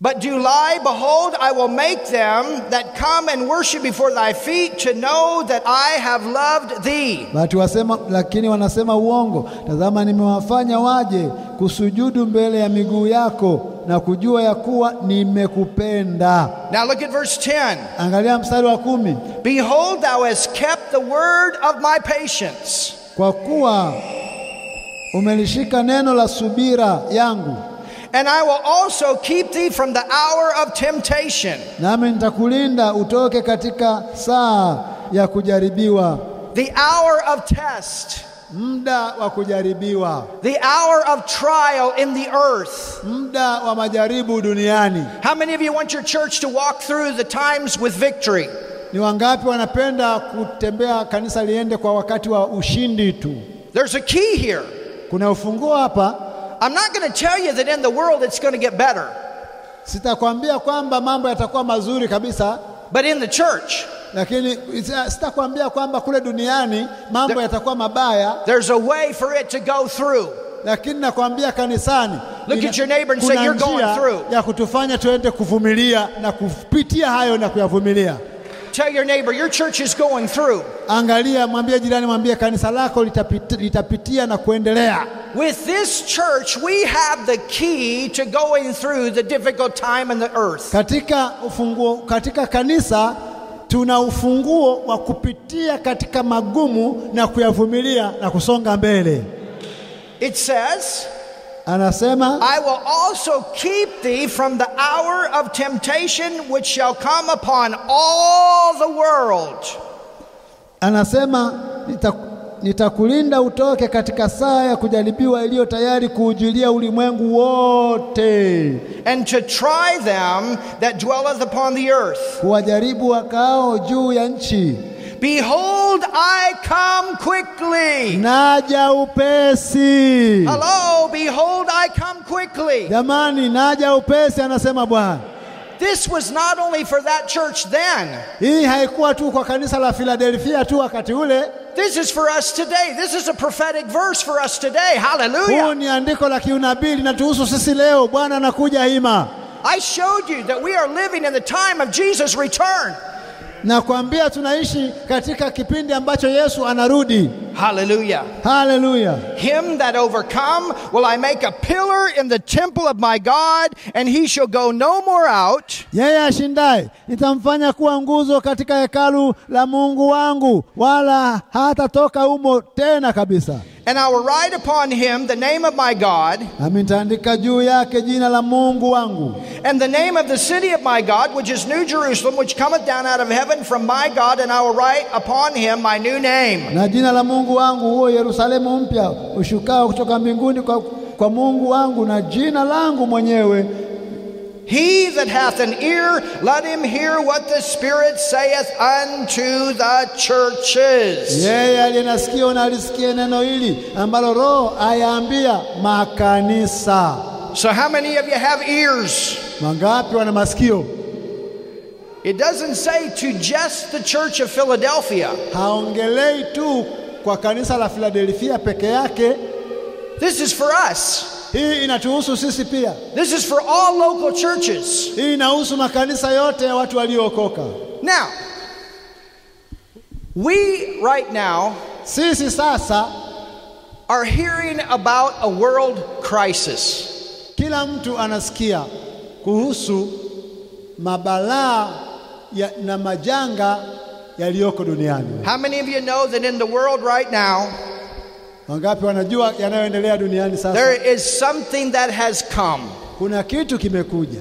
Speaker 1: but do lie. Behold, I will make them that come and worship before thy feet to know that I have loved thee.
Speaker 2: bati wasema lakini wanasema uongo tazama nimewafanya waje kusujudu mbele ya miguu yako na kujua ya kuwa nimekupenda
Speaker 1: Now look at verse 10.
Speaker 2: angalia mstari wa kumi
Speaker 1: Behold, thou hast kept the word of my patience,
Speaker 2: kwa kuwa umelishika neno la subira yangu
Speaker 1: and I will also keep thee from the hour of temptation,
Speaker 2: nami nitakulinda utoke katika saa ya kujaribiwa,
Speaker 1: the hour of test,
Speaker 2: muda wa kujaribiwa,
Speaker 1: the hour of trial in the earth.
Speaker 2: muda wa majaribu duniani.
Speaker 1: How many of you want your church to walk through the times with victory?
Speaker 2: Ni wangapi wanapenda kutembea kanisa liende kwa wakati wa ushindi tu?
Speaker 1: There's a key here.
Speaker 2: Kuna ufunguo hapa.
Speaker 1: I'm not going to tell you that in the world it's going to get better,
Speaker 2: Sitakwambia kwamba mambo yatakuwa mazuri kabisa,
Speaker 1: but in the church,
Speaker 2: lakini sita- sitakwambia kwamba kule duniani mambo yatakuwa mabaya,
Speaker 1: there's a way for it to go through.
Speaker 2: lakini nakwambia kanisani
Speaker 1: Look
Speaker 2: ina-
Speaker 1: at your neighbor and say,
Speaker 2: kuna
Speaker 1: "You're going
Speaker 2: njia
Speaker 1: through."
Speaker 2: ya kutufanya tuende kuvumilia na kupitia hayo na kuyavumilia.
Speaker 1: Tell your neighbor, your church is going through.
Speaker 2: Angalia, mwambie jirani, mwambie kanisa lako litapit, litapitia na kuendelea.
Speaker 1: With this church, we have the key to going through the difficult time in the earth.
Speaker 2: Katika ufunguo, katika kanisa tuna ufunguo wa kupitia katika magumu na kuyavumilia na kusonga mbele.
Speaker 1: It says,
Speaker 2: Anasema
Speaker 1: I will also keep thee from the hour of temptation which shall come upon all the world.
Speaker 2: anasema "Nita- nitakulinda utoke katika saa ya kujaribiwa iliyo tayari kuujulia ulimwengu wote,
Speaker 1: and to try them that dwelleth upon the earth.
Speaker 2: kuwajaribu wakao juu ya nchi.
Speaker 1: Behold, I come quickly.
Speaker 2: Naja upesi.
Speaker 1: Hello, behold, I come quickly.
Speaker 2: Jamani, naja upesi, anasema Bwana.
Speaker 1: This was not only for that church then,
Speaker 2: Hii haikuwa tu kwa kanisa la Filadelfia tu wakati ule.
Speaker 1: this is for us today. This is a prophetic verse for us today.
Speaker 2: Huu
Speaker 1: Hallelujah.
Speaker 2: ni andiko la kiunabii linatuhusu sisi leo. Bwana anakuja hima.
Speaker 1: I showed you that we are living in the time of Jesus' return.
Speaker 2: Nakwambia tunaishi katika kipindi ambacho Yesu anarudi.
Speaker 1: Hallelujah.
Speaker 2: Haleluya!
Speaker 1: Him that overcome will I make a pillar in the temple of my God, and he shall go no more out.
Speaker 2: Yeye ashindaye nitamfanya kuwa nguzo katika hekalu la Mungu wangu, wala hatatoka humo tena kabisa.
Speaker 1: And I will write upon him the name of my God,
Speaker 2: Nami nitaandika juu yake jina la Mungu wangu
Speaker 1: and the name of the city of my God, which is New Jerusalem, which cometh down out of heaven from my God, and I will write upon him my new name.
Speaker 2: na jina la Mungu wangu, huo Yerusalemu mpya ushukao kutoka mbinguni kwa, kwa Mungu wangu na jina langu mwenyewe.
Speaker 1: He that hath an ear, let him hear what the Spirit saith unto the churches.
Speaker 2: Yeye aliye na sikio na alisikie neno hili ambalo Roho ayaambia makanisa.
Speaker 1: So, how many of you have ears?
Speaker 2: Wangapi wana masikio?
Speaker 1: It doesn't say to just the church of Philadelphia.
Speaker 2: Haongelei tu kwa kanisa la Filadelfia peke yake.
Speaker 1: This is for us.
Speaker 2: Hii inatuhusu sisi pia.
Speaker 1: This is for all local churches.
Speaker 2: Hii inahusu makanisa yote ya watu waliookoka.
Speaker 1: Now, we right now
Speaker 2: Sisi sasa,
Speaker 1: are hearing about a world crisis.
Speaker 2: kila mtu anasikia kuhusu mabalaa ya, na majanga yaliyoko duniani.
Speaker 1: How many of you know that in the world right now,
Speaker 2: Wangapi wanajua yanayoendelea duniani
Speaker 1: there
Speaker 2: sasa?
Speaker 1: is something that has come
Speaker 2: Kuna kitu kimekuja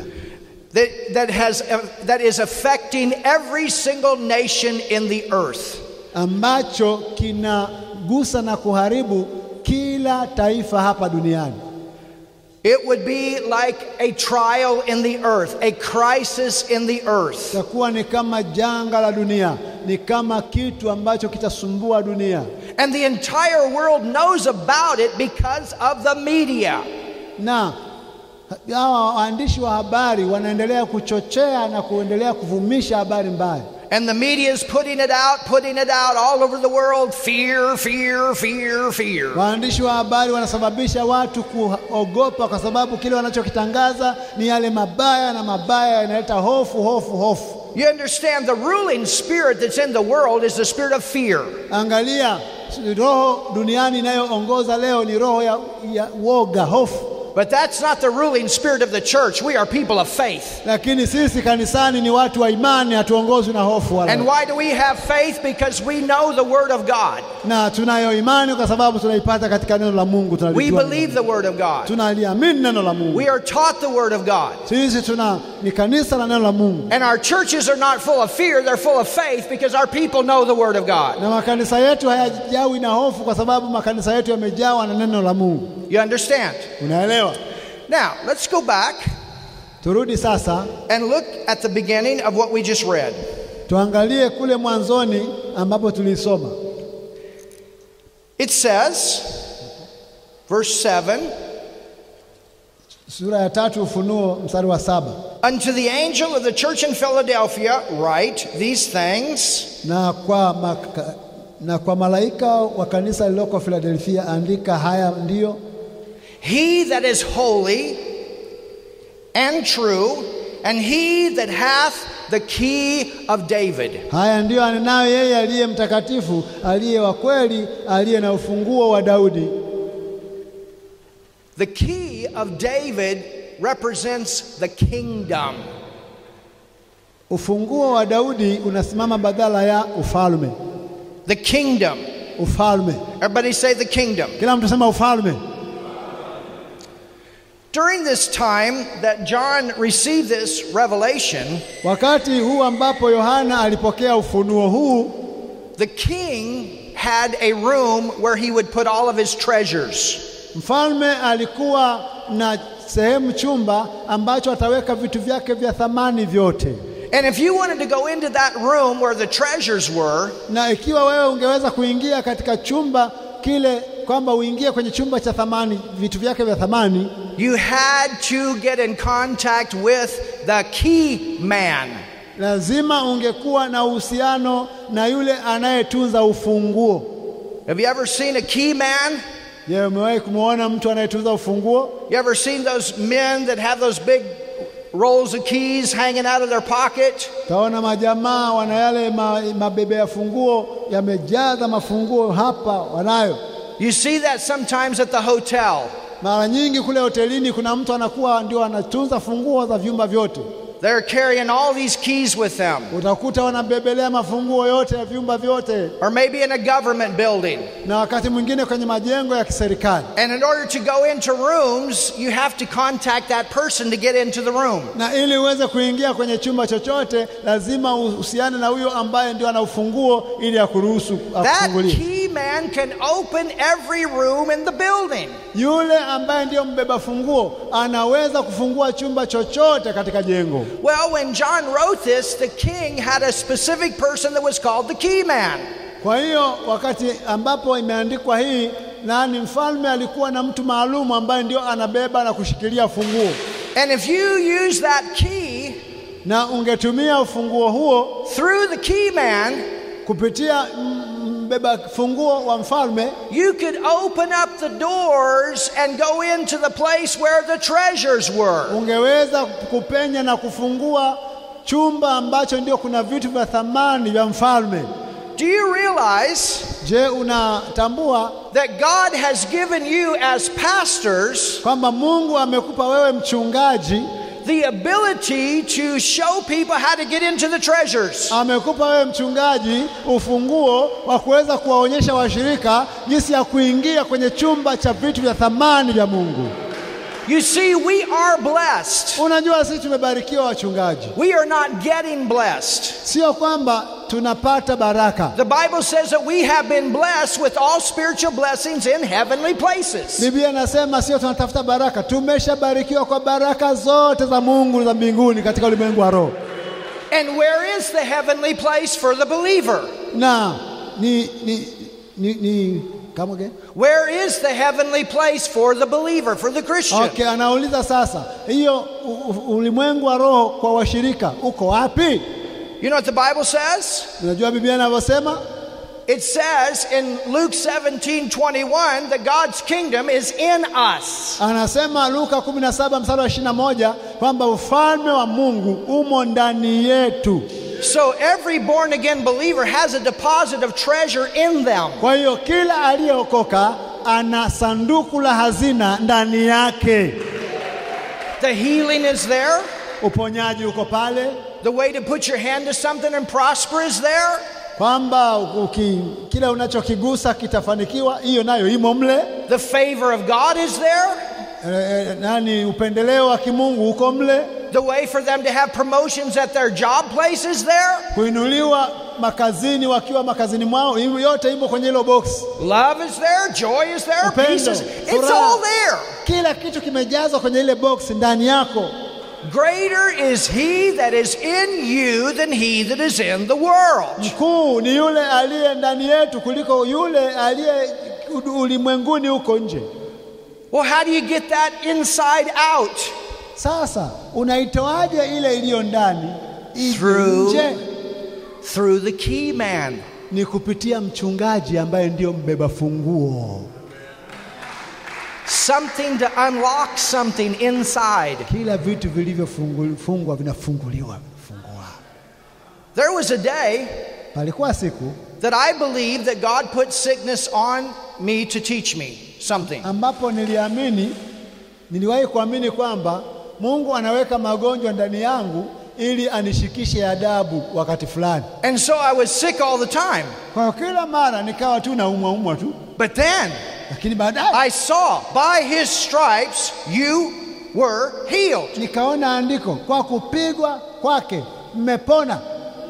Speaker 1: that, that, has, uh, that is affecting every single nation in the earth?
Speaker 2: ambacho kinagusa na kuharibu kila taifa hapa duniani.
Speaker 1: It would be like a trial in the earth, a crisis in the earth.
Speaker 2: Itakuwa ni kama janga la dunia, ni kama kitu ambacho kitasumbua dunia,
Speaker 1: And the entire world knows about it because of the media.
Speaker 2: na hawa waandishi wa habari wanaendelea kuchochea na kuendelea kuvumisha habari mbaya,
Speaker 1: And the media is putting it out, putting it out all over the world. Fear, fear, fear, fear.
Speaker 2: waandishi wa habari wanasababisha watu kuogopa, kwa sababu kile wanachokitangaza ni yale mabaya, na mabaya yanaleta hofu, hofu, hofu.
Speaker 1: You understand the ruling spirit that's in the world is the spirit of fear.
Speaker 2: Angalia, roho duniani inayoongoza leo ni roho ya, ya woga, hofu.
Speaker 1: But that's not the ruling spirit of the church. We are people of faith.
Speaker 2: Lakini sisi kanisani ni watu wa imani, hatuongozwi na hofu wala
Speaker 1: And why do we have faith? Because we know the word of God.
Speaker 2: na tunayo imani kwa sababu tunaipata katika neno la Mungu,
Speaker 1: We
Speaker 2: tunalijua neno.
Speaker 1: believe the word of God.
Speaker 2: tunaliamini neno la Mungu.
Speaker 1: We are taught the word of God.
Speaker 2: Sisi tuna ni kanisa la neno la Mungu,
Speaker 1: And our churches are not full of fear, they're full of faith because our people know the word of God.
Speaker 2: na makanisa yetu hayajawi na hofu kwa sababu makanisa yetu yamejawa na neno la Mungu.
Speaker 1: You understand?
Speaker 2: Unaelewa?
Speaker 1: Now, let's go back
Speaker 2: Turudi sasa
Speaker 1: and look at the beginning of what we just read.
Speaker 2: tuangalie kule mwanzoni ambapo tulisoma
Speaker 1: It says, verse 7
Speaker 2: sura ya tatu Ufunuo mstari wa saba
Speaker 1: Unto the angel of the church in Philadelphia, write these things.
Speaker 2: na kwa maka, na kwa malaika wa kanisa lililoko Filadelfia andika, haya ndiyo
Speaker 1: He that is holy and true, and he that hath the key of David.
Speaker 2: haya ndiyo anenayo yeye aliye mtakatifu, aliye wa kweli, aliye na ufunguo wa Daudi.
Speaker 1: The key of David represents the kingdom.
Speaker 2: Ufunguo wa Daudi unasimama badala ya ufalme.
Speaker 1: The kingdom.
Speaker 2: Ufalme,
Speaker 1: Everybody say the kingdom.
Speaker 2: kila mtu sema ufalme.
Speaker 1: During this time that John received this revelation,
Speaker 2: Wakati huu ambapo Yohana alipokea ufunuo huu,
Speaker 1: the king had a room where he would put all of his treasures.
Speaker 2: mfalme alikuwa na sehemu, chumba ambacho ataweka vitu vyake vya thamani vyote.
Speaker 1: And if you wanted to go into that room where the treasures were,
Speaker 2: na ikiwa wewe ungeweza kuingia katika chumba kile, kwamba uingie kwenye chumba cha thamani, vitu vyake vya thamani,
Speaker 1: you had to get in contact with the key man.
Speaker 2: lazima ungekuwa na uhusiano na yule anayetunza ufunguo
Speaker 1: Have you ever seen a key man?
Speaker 2: je umewahi kumwona mtu anayetunza ufunguo
Speaker 1: You ever seen those men that have those big rolls of keys hanging out of their pocket?
Speaker 2: taona majamaa wana yale ma, mabebe ya funguo yamejaza mafunguo hapa wanayo
Speaker 1: You see that sometimes at the hotel.
Speaker 2: mara nyingi kule hotelini kuna mtu anakuwa ndio anatunza funguo za vyumba vyote
Speaker 1: They're carrying all these keys with them.
Speaker 2: utakuta wanabebelea mafunguo yote ya vyumba vyote
Speaker 1: Or maybe in a government building.
Speaker 2: na wakati mwingine kwenye majengo ya kiserikali
Speaker 1: And in order to go into rooms, you have to contact that person to get into the room.
Speaker 2: na ili uweze kuingia kwenye chumba chochote lazima uhusiane na huyo ambaye ndio ana ufunguo ili akuruhusu
Speaker 1: That
Speaker 2: akufungulie.
Speaker 1: key man can open every room in the building.
Speaker 2: Yule ambaye ndiyo mbeba funguo anaweza kufungua chumba chochote katika jengo.
Speaker 1: Well, when John wrote this, the king had a specific person that was called the key man.
Speaker 2: Kwa hiyo wakati ambapo imeandikwa hii, nani mfalme alikuwa na mtu maalum ambaye ndio anabeba na kushikilia funguo,
Speaker 1: And if you use that key
Speaker 2: na ungetumia ufunguo huo
Speaker 1: through the key man,
Speaker 2: kupitia mm, mbeba funguo wa mfalme
Speaker 1: you could open up the doors and go into the place where the treasures were.
Speaker 2: ungeweza kupenya na kufungua chumba ambacho ndio kuna vitu vya thamani vya mfalme.
Speaker 1: Do you realize?
Speaker 2: Je, unatambua
Speaker 1: that God has given you as pastors
Speaker 2: kwamba Mungu amekupa wewe mchungaji,
Speaker 1: the ability to show people how to get into the treasures.
Speaker 2: amekupa wewe mchungaji ufunguo wa kuweza kuwaonyesha washirika jinsi ya kuingia kwenye chumba cha vitu vya thamani vya Mungu.
Speaker 1: You see, we are blessed.
Speaker 2: Unajua, sisi tumebarikiwa wachungaji,
Speaker 1: We are not getting blessed.
Speaker 2: sio kwamba tunapata baraka.
Speaker 1: The Bible says that we have been blessed with all spiritual blessings in heavenly places.
Speaker 2: Biblia inasema sio tunatafuta baraka, tumeshabarikiwa kwa baraka zote za Mungu za mbinguni katika ulimwengu wa roho.
Speaker 1: And where is the heavenly place for the believer?
Speaker 2: na ni ni ni, ni kama gani?
Speaker 1: Where is the heavenly place for the believer, for the Christian?
Speaker 2: Okay, anauliza sasa, hiyo u- u- ulimwengu wa roho kwa washirika uko wapi?
Speaker 1: You know what the Bible says?
Speaker 2: Unajua Biblia inavyosema
Speaker 1: It says in Luke 17 21 that God's kingdom is in us.
Speaker 2: anasema Luka 17 mstari wa 21 kwamba ufalme wa Mungu umo ndani yetu.
Speaker 1: So every born again believer has a deposit of treasure in them.
Speaker 2: Kwa hiyo kila aliyeokoka ana sanduku la hazina ndani yake.
Speaker 1: The healing is there.
Speaker 2: Uponyaji uko pale,
Speaker 1: The way to put your hand to something and prosper is there.
Speaker 2: kwamba uki, kila unachokigusa kitafanikiwa, hiyo nayo imo mle.
Speaker 1: The favor of God is there.
Speaker 2: Eh, eh, nani upendeleo wa kimungu uko mle,
Speaker 1: The way for them to have promotions at their job place is there.
Speaker 2: kuinuliwa makazini wakiwa makazini mwao, hiyo yote imo kwenye hilo box.
Speaker 1: Love is there. Joy is there.
Speaker 2: Upendo,
Speaker 1: Peace is. It's
Speaker 2: furaha.
Speaker 1: all there.
Speaker 2: Kila kitu kimejazwa kwenye ile box ndani yako.
Speaker 1: Greater is He that is in you than He that is in the world.
Speaker 2: Mkuu ni yule aliye ndani yetu kuliko yule aliye u- ulimwenguni huko nje.
Speaker 1: Well, how do you get that inside out?
Speaker 2: Sasa unaitoaje ile iliyo ndani ije
Speaker 1: Through-
Speaker 2: nje?
Speaker 1: Through the key man.
Speaker 2: Ni kupitia mchungaji ambaye ndiyo mbeba funguo,
Speaker 1: Something to unlock something inside.
Speaker 2: kila vitu vilivyofungwa vinafunguliwa fungua.
Speaker 1: There was a day
Speaker 2: Palikuwa siku
Speaker 1: that I believed that God put sickness on me to teach me something.
Speaker 2: ambapo niliamini, niliwahi kuamini kwamba Mungu anaweka magonjwa ndani yangu ili anishikishe adabu wakati fulani.
Speaker 1: And so I was sick all the time.
Speaker 2: Kwa hiyo kila mara nikawa tu naumwa umwa tu,
Speaker 1: But then
Speaker 2: lakini baadaye
Speaker 1: I saw by his stripes you were healed.
Speaker 2: nikaona andiko, kwa kupigwa kwake mmepona.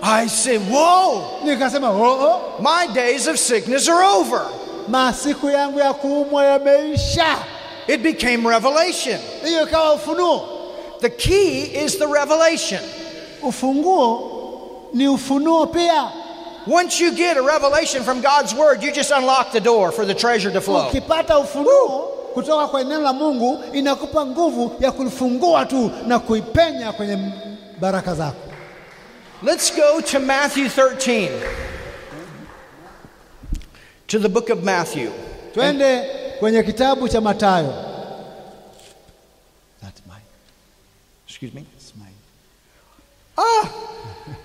Speaker 1: I said, Whoa,
Speaker 2: Nikasema oo, oh, oh,
Speaker 1: my days of sickness are over.
Speaker 2: masiku yangu ya kuumwa yameisha.
Speaker 1: It became revelation.
Speaker 2: Hiyo ikawa ufunuo.
Speaker 1: The key is the revelation.
Speaker 2: Ufunguo ni ufunuo pia.
Speaker 1: Once you get a revelation from God's word, you just unlock the door for the treasure to flow.
Speaker 2: Ukipata ufunuo kutoka kwa neno la Mungu inakupa nguvu ya kulifungua tu na kuipenya kwenye baraka zako.
Speaker 1: Let's go to Matthew 13. To the book of Matthew.
Speaker 2: Twende kwenye kitabu cha Mathayo. That's mine.
Speaker 1: Excuse me.
Speaker 2: That's mine.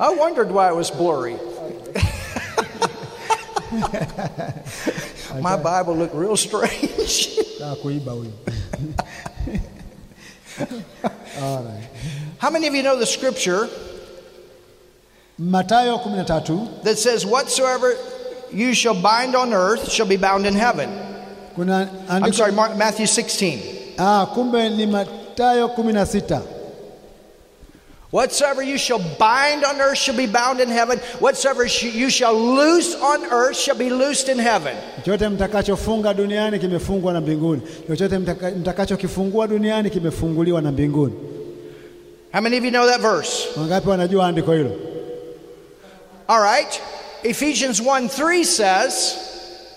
Speaker 1: I wondered why it was blurry. <laughs> My Bible looked real strange. <laughs>
Speaker 2: Nataka kuiba huyu.
Speaker 1: How many of you know the scripture
Speaker 2: Mathayo 13
Speaker 1: that says, Whatsoever you shall bind on earth shall be bound in heaven?
Speaker 2: kuna
Speaker 1: I'm
Speaker 2: andiko
Speaker 1: sorry, Mark, Matthew 16.
Speaker 2: ah, kumbe ni Mathayo 16.
Speaker 1: Whatsoever you shall bind on earth shall be bound in heaven. Whatsoever sh- you shall loose on earth shall be loosed in heaven.
Speaker 2: Chochote mtakachofunga duniani kimefungwa na mbinguni, chochote mtaka- mtakachokifungua duniani kimefunguliwa na mbinguni.
Speaker 1: How many of you know that verse?
Speaker 2: Wangapi wanajua andiko hilo?
Speaker 1: All right. Ephesians 1 3 says,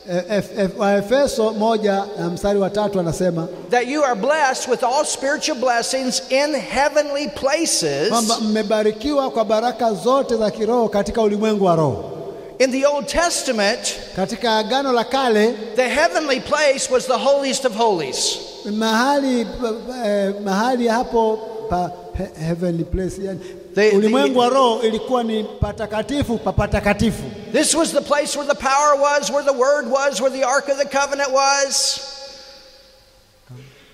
Speaker 2: E- Ef- Ef- Waefeso moja na mstari wa tatu anasema
Speaker 1: that you are blessed with all spiritual blessings in heavenly places.
Speaker 2: kwamba mmebarikiwa kwa baraka zote za kiroho katika ulimwengu wa roho.
Speaker 1: In the Old Testament,
Speaker 2: Katika agano la kale
Speaker 1: the heavenly place was the holiest of holies.
Speaker 2: mahali pa- pa- eh, mahali hapo pa he- heavenly place yani,
Speaker 1: They-
Speaker 2: ulimwengu
Speaker 1: they-
Speaker 2: wa roho ilikuwa ni patakatifu pa patakatifu.
Speaker 1: This was the place where the power was, where the word was, where the Ark of the Covenant was.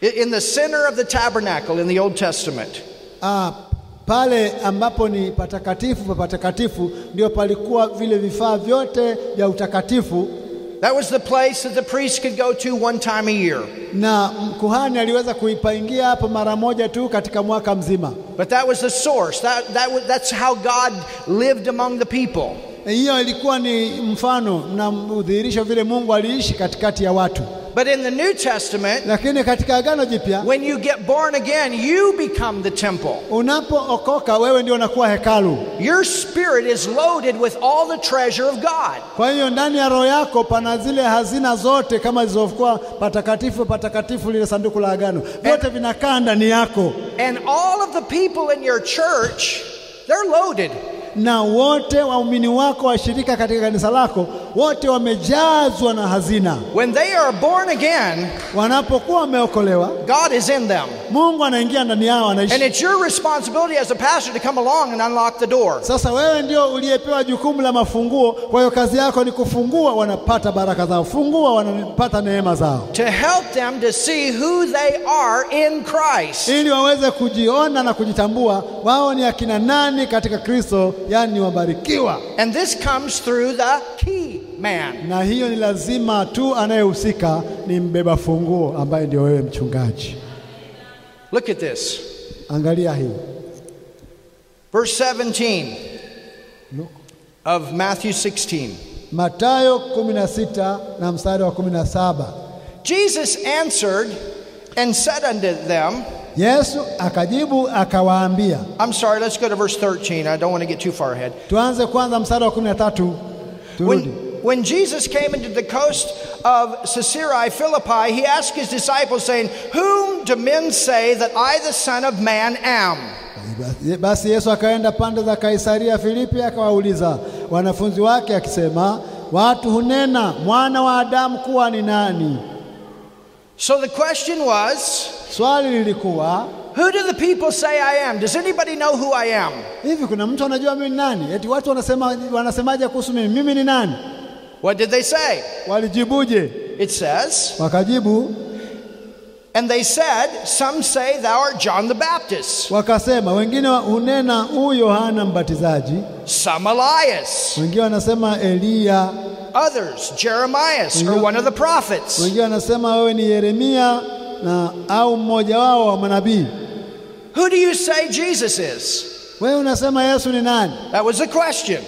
Speaker 1: I- In the center of the tabernacle in the Old Testament.
Speaker 2: Ah, pale ambapo ni patakatifu pa patakatifu ndio palikuwa vile vifaa vyote vya utakatifu,
Speaker 1: That was the place that the priest could go to one time a year.
Speaker 2: na kuhani aliweza kuipaingia hapo mara moja tu katika mwaka mzima.
Speaker 1: But that was the source. That, that, was- that's how God lived among the people.
Speaker 2: E, Hiyo ilikuwa ni mfano na udhihirisho vile Mungu aliishi katikati ya watu.
Speaker 1: But in the New Testament,
Speaker 2: Lakini katika agano jipya,
Speaker 1: When you get born again, you become the temple.
Speaker 2: unapookoka wewe ndio unakuwa hekalu.
Speaker 1: Your spirit is loaded with all the treasure of God.
Speaker 2: Kwa hiyo ndani ya roho yako pana zile hazina zote, kama zilizokuwa patakatifu patakatifu, lile sanduku la agano, vyote vinakaa ndani yako.
Speaker 1: And all of the people in your church, they're loaded.
Speaker 2: na wote waumini wako washirika katika kanisa lako wote wamejazwa na hazina.
Speaker 1: When they are born again,
Speaker 2: Wanapokuwa wameokolewa,
Speaker 1: God is in them.
Speaker 2: Mungu anaingia ndani yao,
Speaker 1: And
Speaker 2: anaishi.
Speaker 1: it's your responsibility as a pastor to come along and unlock the door.
Speaker 2: Sasa wewe ndio uliyepewa jukumu la mafunguo, kwa hiyo kazi yako ni kufungua, wanapata baraka zao, fungua, wanapata neema zao,
Speaker 1: To help them to see who they are in Christ.
Speaker 2: ili waweze kujiona na kujitambua wao ni akina nani katika Kristo, yani wabarikiwa.
Speaker 1: And this comes through the key man.
Speaker 2: Na hiyo ni lazima tu, anayehusika ni mbeba funguo ambaye ndio wewe mchungaji.
Speaker 1: Look at this.
Speaker 2: Angalia hii
Speaker 1: Verse 17
Speaker 2: Look.
Speaker 1: of Matthew 16.
Speaker 2: Matayo 16 na mstari wa 17.
Speaker 1: Jesus answered and said unto them,
Speaker 2: Yesu akajibu akawaambia,
Speaker 1: I'm sorry, let's go to verse 13. I don't want to get too far ahead.
Speaker 2: tuanze kwanza mstari wa 13
Speaker 1: When,
Speaker 2: turudi.
Speaker 1: when Jesus came into the coast of Caesarea Philippi, he asked his disciples, saying, Whom do men say that I, the Son of Man, am?
Speaker 2: Basi Yesu akaenda pande za Kaisaria Filipi akawauliza wanafunzi wake akisema, watu hunena mwana wa Adamu kuwa ni nani?
Speaker 1: So the question was,
Speaker 2: Swali lilikuwa
Speaker 1: Who do the people say I am? Does anybody know who I am?
Speaker 2: hivi, kuna mtu anajua mimi ni nani? Eti watu wanasema, wanasemaje kuhusu mimi? Mimi ni nani?
Speaker 1: What did they say?
Speaker 2: Walijibuje?
Speaker 1: It says,
Speaker 2: Wakajibu
Speaker 1: And they said, Some say thou art John the Baptist,
Speaker 2: wakasema, wengine wa- hunena huyu Yohana Mbatizaji,
Speaker 1: some Elias.
Speaker 2: wengine wanasema Eliya,
Speaker 1: others Jeremias or one of the prophets.
Speaker 2: wengine wanasema wewe ni Yeremia na au mmoja wao wa manabii.
Speaker 1: Who do you say Jesus is?
Speaker 2: Wewe unasema Yesu ni nani?
Speaker 1: That was the question.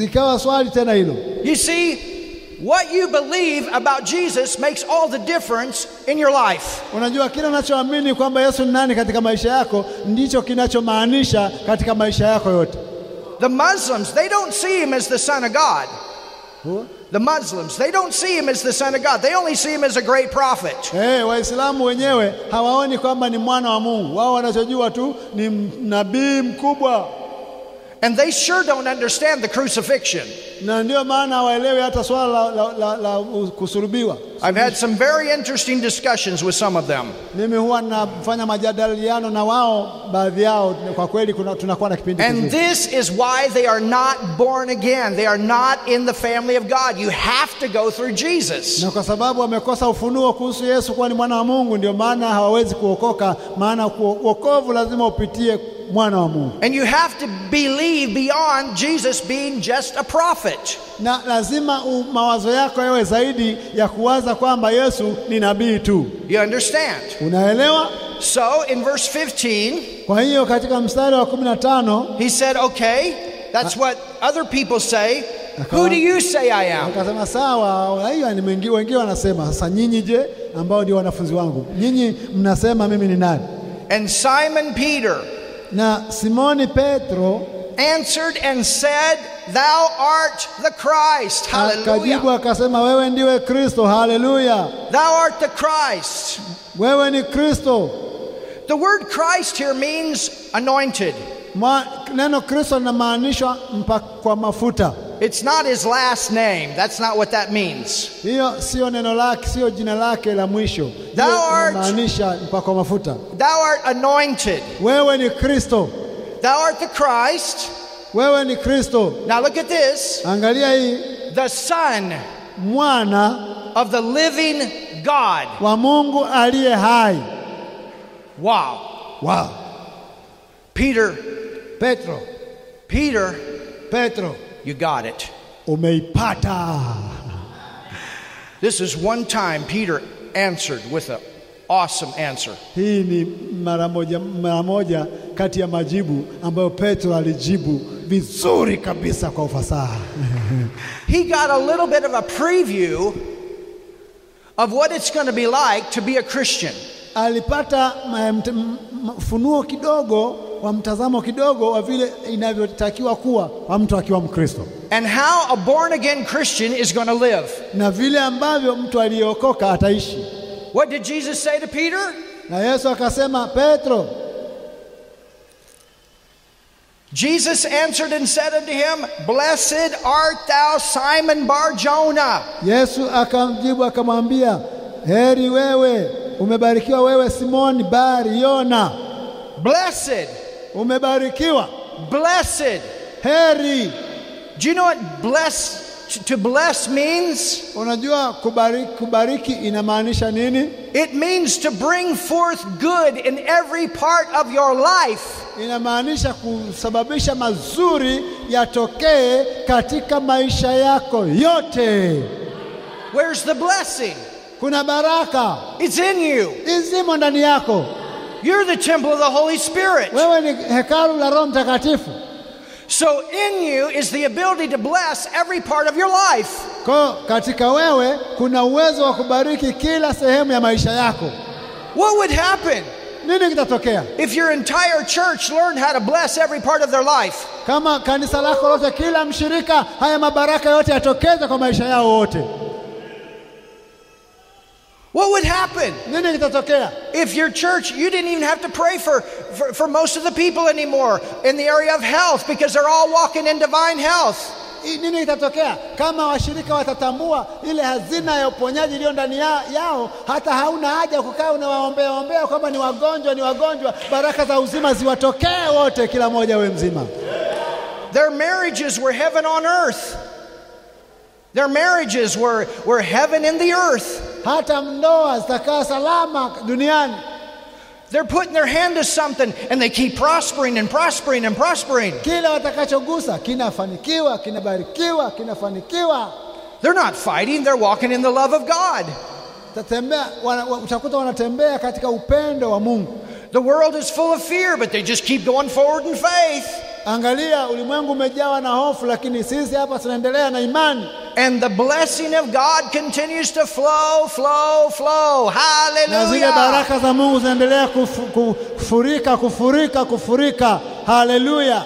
Speaker 2: Ikawa swali tena hilo.
Speaker 1: You see, what you believe about Jesus makes all the difference in your life.
Speaker 2: Unajua, kile unachoamini kwamba Yesu ni nani katika maisha yako ndicho kinachomaanisha katika maisha yako yote.
Speaker 1: The Muslims, they don't see him as the Son of God. The Muslims, they don't see him as the Son of God. They only see him as a great prophet.
Speaker 2: Eh, Waislamu wenyewe hawaoni kwamba ni mwana wa Mungu. Wao wanachojua tu ni m- nabii mkubwa,
Speaker 1: And they sure don't understand the crucifixion.
Speaker 2: na ndio maana hawaelewi hata swala la, la, la, la u- kusulubiwa.
Speaker 1: I've had some very interesting discussions with some of them.
Speaker 2: Mimi huwa nafanya majadiliano na wao, baadhi yao kwa kweli kuna, tunakuwa na kipindi
Speaker 1: And
Speaker 2: kizuri.
Speaker 1: this is why they are not born again. They are not in the family of God. You have to go through Jesus.
Speaker 2: na kwa sababu wamekosa ufunuo kuhusu Yesu kuwa ni mwana wa Mungu, ndio maana hawawezi kuokoka, maana kuo- wokovu lazima upitie mwana wa Mungu,
Speaker 1: And you have to believe beyond Jesus being just a prophet.
Speaker 2: na lazima u, mawazo yako yawe zaidi ya kuwaza kwamba Yesu ni nabii tu.
Speaker 1: You understand?
Speaker 2: Unaelewa?
Speaker 1: So in verse 15,
Speaker 2: Kwa hiyo katika mstari wa 15
Speaker 1: he said, Okay, that's what other people say. Who do you say I am?
Speaker 2: akasema sawa, hiyo ni wengi- wengine wanasema sasa, nyinyi je, ambao ndio wanafunzi wangu, nyinyi mnasema mimi ni nani?
Speaker 1: And Simon Peter
Speaker 2: Na Simoni Petro
Speaker 1: answered and said, Thou art the Christ.
Speaker 2: akajibu
Speaker 1: Hallelujah.
Speaker 2: akasema, wewe ndiwe Kristo. Haleluya,
Speaker 1: Thou art the Christ.
Speaker 2: wewe ni Kristo.
Speaker 1: The word Christ here means anointed.
Speaker 2: Ma, neno Kristo linamaanishwa mpa kwa mafuta.
Speaker 1: It's not his last name. That's not what that means.
Speaker 2: Hiyo sio neno lake, sio jina lake la mwisho. Hiyo
Speaker 1: art-
Speaker 2: inamaanisha mpa kwa mafuta.
Speaker 1: Thou art anointed.
Speaker 2: Wewe ni Kristo,
Speaker 1: Thou art the Christ.
Speaker 2: wewe ni Kristo.
Speaker 1: Now look at this
Speaker 2: Angalia hii,
Speaker 1: the Son
Speaker 2: mwana
Speaker 1: of the living God.
Speaker 2: wa Mungu aliye hai.
Speaker 1: Wow.
Speaker 2: Wow.
Speaker 1: Peter,
Speaker 2: Petro,
Speaker 1: Peter,
Speaker 2: Petro,
Speaker 1: you got it.
Speaker 2: umeipata.
Speaker 1: This is one time Peter answered with an awesome answer.
Speaker 2: Hii ni mara moja, mara moja kati ya majibu ambayo Petro alijibu vizuri kabisa kwa ufasaha.
Speaker 1: He got a little bit of a preview of what it's going to be like to be a Christian.
Speaker 2: alipata ma- mt- m- m- funuo kidogo wa mtazamo kidogo wa vile inavyotakiwa kuwa wa mtu akiwa Mkristo
Speaker 1: and how a born again Christian is going to live.
Speaker 2: na vile ambavyo mtu aliyeokoka ataishi.
Speaker 1: What did Jesus say to Peter?
Speaker 2: Na Yesu akasema, Petro,
Speaker 1: Jesus answered and said unto him, Blessed art thou, Simon Bar Jonah.
Speaker 2: Yesu akamjibu akamwambia, heri wewe, umebarikiwa wewe Simoni Bar Yona,
Speaker 1: Blessed,
Speaker 2: umebarikiwa,
Speaker 1: blessed.
Speaker 2: heri.
Speaker 1: Do you know what bless to bless means?
Speaker 2: Unajua kubariki, kubariki inamaanisha nini?
Speaker 1: It means to bring forth good in every part of your life.
Speaker 2: inamaanisha kusababisha mazuri yatokee katika maisha yako yote.
Speaker 1: Where's the blessing?
Speaker 2: Kuna baraka
Speaker 1: It's in you.
Speaker 2: izimo ndani yako,
Speaker 1: You're the temple of the Holy Spirit.
Speaker 2: wewe ni hekalu la Roho Mtakatifu.
Speaker 1: So in you is the ability to bless every part of your life.
Speaker 2: Kwa hiyo katika wewe kuna uwezo wa kubariki kila sehemu ya maisha yako.
Speaker 1: What would happen
Speaker 2: Nini kitatokea
Speaker 1: if your entire church learned how to bless every part of their life?
Speaker 2: kama kanisa lako lote, kila mshirika, haya mabaraka yote yatokeze kwa maisha yao wote?
Speaker 1: What would happen
Speaker 2: Nini kitatokea
Speaker 1: if your church, you didn't even have to pray for, for, for most of the people anymore in the area of health because they're all walking in divine health?
Speaker 2: I- nini itatokea kama washirika watatambua ile hazina ya uponyaji iliyo ndani ya, yao? Hata hauna haja ya kukaa unawaombea ombea kwamba ni wagonjwa ni wagonjwa, baraka za uzima ziwatokee wote, kila mmoja we mzima.
Speaker 1: Their marriages were heaven on earth. Their marriages were, were heaven in the earth.
Speaker 2: Hata ndoa zitakaa salama duniani.
Speaker 1: They're putting their hand to something and they keep prospering and prospering and prospering.
Speaker 2: Kila watakachogusa kinafanikiwa, kinabarikiwa, kinafanikiwa.
Speaker 1: They're not fighting, they're walking in the love of God.
Speaker 2: Tatembea, wana, wa- utakuta wanatembea katika upendo wa Mungu.
Speaker 1: The world is full of fear, but they just keep going forward in faith.
Speaker 2: Angalia, ulimwengu umejawa na hofu, lakini sisi hapa tunaendelea na imani.
Speaker 1: And the blessing of God continues to flow, flow, flow.
Speaker 2: na zile
Speaker 1: Hallelujah.
Speaker 2: baraka za Mungu zinaendelea kufu- ku- kufurika kufurika kufurika. Haleluya!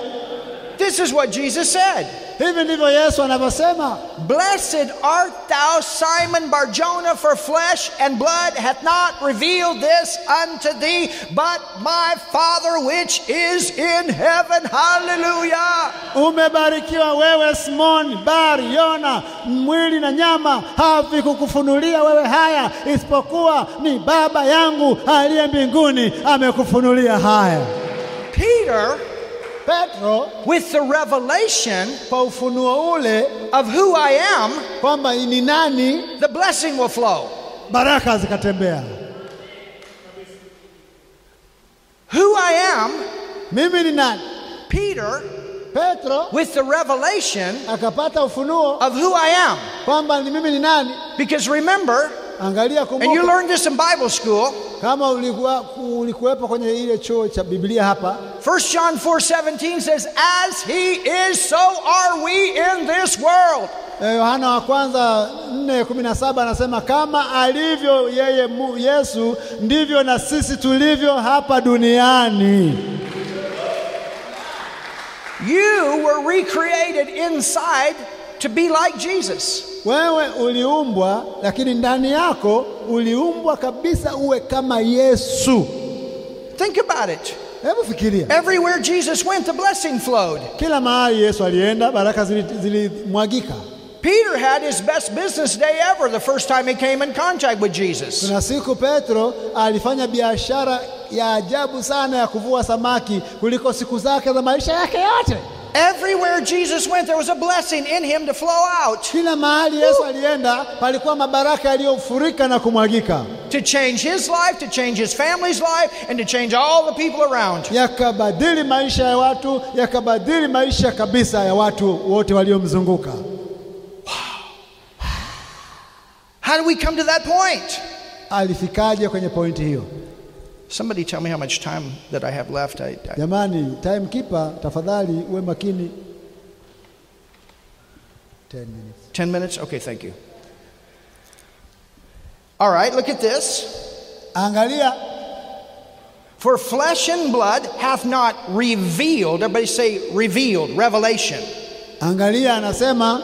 Speaker 1: This is what Jesus said.
Speaker 2: hivi ndivyo yesu anavyosema
Speaker 1: Blessed art thou, Simon Barjona, for flesh and blood hath not revealed this unto thee, but my Father which is in heaven. Hallelujah.
Speaker 2: umebarikiwa wewe simoni bar yona mwili na nyama havikukufunulia wewe haya isipokuwa ni baba yangu aliye mbinguni amekufunulia haya
Speaker 1: Peter,
Speaker 2: petro
Speaker 1: with the revelation
Speaker 2: kwa ufunuo ule
Speaker 1: of who I am,
Speaker 2: kwamba ni nani
Speaker 1: the blessing will flow.
Speaker 2: baraka zikatembea
Speaker 1: Who I
Speaker 2: mimi ni nani
Speaker 1: am, Peter,
Speaker 2: petro
Speaker 1: with the revelation
Speaker 2: akapata ufunuo
Speaker 1: of who I am.
Speaker 2: kwamba ni mimi ni nani
Speaker 1: Because remember,
Speaker 2: angalia
Speaker 1: and you
Speaker 2: kumbuka
Speaker 1: learned this in Bible school,
Speaker 2: kama ulikuwa, ulikuwepo kwenye ile chuo cha biblia hapa
Speaker 1: 1 John 4 17 says, As he is, so are we in this world.
Speaker 2: Eh, Yohana wa kwanza 4:17 anasema kama alivyo yeye mu- Yesu ndivyo na sisi tulivyo hapa duniani.
Speaker 1: You were recreated inside to be like Jesus.
Speaker 2: Wewe uliumbwa, lakini ndani yako uliumbwa kabisa uwe kama Yesu.
Speaker 1: Think about it.
Speaker 2: Hebu fikiria,
Speaker 1: Everywhere Jesus went, the blessing flowed.
Speaker 2: kila mahali Yesu alienda, baraka zili- zilimwagika.
Speaker 1: Peter had his best business day ever the first time he came in contact with Jesus.
Speaker 2: Kuna siku Petro alifanya biashara ya ajabu sana ya kuvua samaki kuliko siku zake za maisha yake yote.
Speaker 1: Everywhere Jesus went, there was a blessing in him to flow out
Speaker 2: Kila mahali Yesu alienda palikuwa mabaraka yaliyofurika na kumwagika,
Speaker 1: to change his life, to change his family's life, and to change all the people around.
Speaker 2: yakabadili maisha ya watu, yakabadili maisha kabisa ya watu wote waliomzunguka.
Speaker 1: How do we come to that point?
Speaker 2: Alifikaje kwenye pointi hiyo?
Speaker 1: Somebody tell me how much time that I have left. I, I-
Speaker 2: Jamani, timekeeper tafadhali uwe makini. 10 minutes.
Speaker 1: ten minutes? Okay, thank you. All right, look at this.
Speaker 2: Angalia,
Speaker 1: For flesh and blood hath not revealed, everybody say revealed, revelation.
Speaker 2: angalia, anasema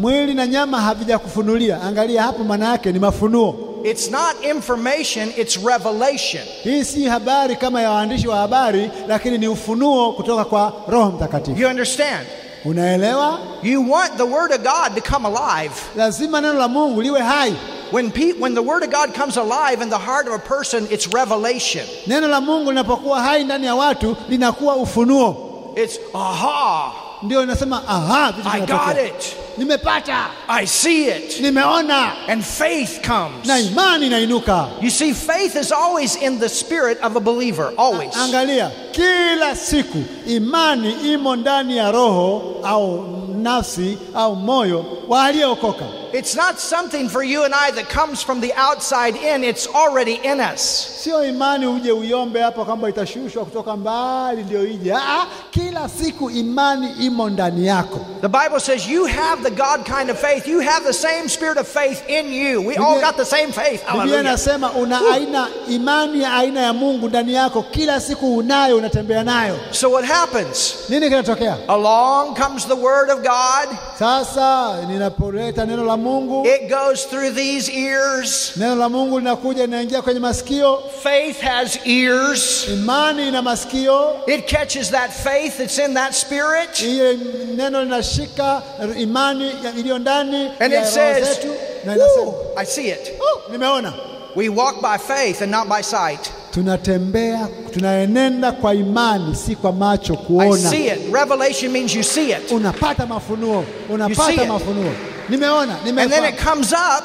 Speaker 2: mwili na nyama havijakufunulia. Angalia hapo, maana yake ni mafunuo.
Speaker 1: It's not information, it's revelation.
Speaker 2: Hii si habari kama ya waandishi wa habari, lakini ni ufunuo kutoka kwa Roho Mtakatifu.
Speaker 1: You understand?
Speaker 2: Unaelewa?
Speaker 1: You want the Word of God to come alive.
Speaker 2: Lazima neno la Mungu liwe hai.
Speaker 1: When, pe- when the Word of God comes alive in the heart of a person, it's revelation.
Speaker 2: Neno la Mungu linapokuwa hai ndani ya watu linakuwa ufunuo,
Speaker 1: It's, aha,
Speaker 2: ndio inasema aha, vitu
Speaker 1: I got
Speaker 2: vinatokea.
Speaker 1: it,
Speaker 2: Nimepata,
Speaker 1: I see it.
Speaker 2: nimeona,
Speaker 1: And faith comes.
Speaker 2: na imani inainuka.
Speaker 1: You see, faith is always in the spirit of a believer, always.
Speaker 2: Angalia, kila siku imani imo ndani ya roho au nafsi au moyo wa aliyeokoka.
Speaker 1: It's not something for you and I that comes from the outside in, it's already in us.
Speaker 2: Sio imani uje uiombe hapa kwamba itashushwa kutoka mbali ndio ije. Ah, kila siku imani imo ndani yako.
Speaker 1: The Bible says you have the God kind of faith, you have the same spirit of faith in you. We all
Speaker 2: Biblia-
Speaker 1: got the same faith.
Speaker 2: Biblia
Speaker 1: Hallelujah.
Speaker 2: inasema una aina imani ya aina ya Mungu ndani yako, kila siku unayo, unatembea nayo.
Speaker 1: So what happens?
Speaker 2: Nini kinatokea
Speaker 1: Along comes the word of God.
Speaker 2: sasa? Ninapoleta neno la Mungu,
Speaker 1: It goes through these ears.
Speaker 2: neno la Mungu linakuja, linaingia kwenye masikio.
Speaker 1: Faith has ears.
Speaker 2: Imani ina masikio,
Speaker 1: It catches that faith that's in that spirit.
Speaker 2: hiyo neno linashika imani ya- iliyo ndani
Speaker 1: And
Speaker 2: ya
Speaker 1: it
Speaker 2: roho
Speaker 1: says,
Speaker 2: zetu, na inasema
Speaker 1: "Woo, I see it.
Speaker 2: "Oh, nimeona.
Speaker 1: We walk by faith and not by sight.
Speaker 2: Tunatembea, tunaenenda kwa imani, si kwa macho
Speaker 1: I
Speaker 2: kuona.
Speaker 1: see it. Revelation means you see it.
Speaker 2: Oh, Unapata mafunuo,
Speaker 1: see
Speaker 2: unapata
Speaker 1: it.
Speaker 2: mafunuo. Nimeona,
Speaker 1: And then it
Speaker 2: nimeona.
Speaker 1: comes up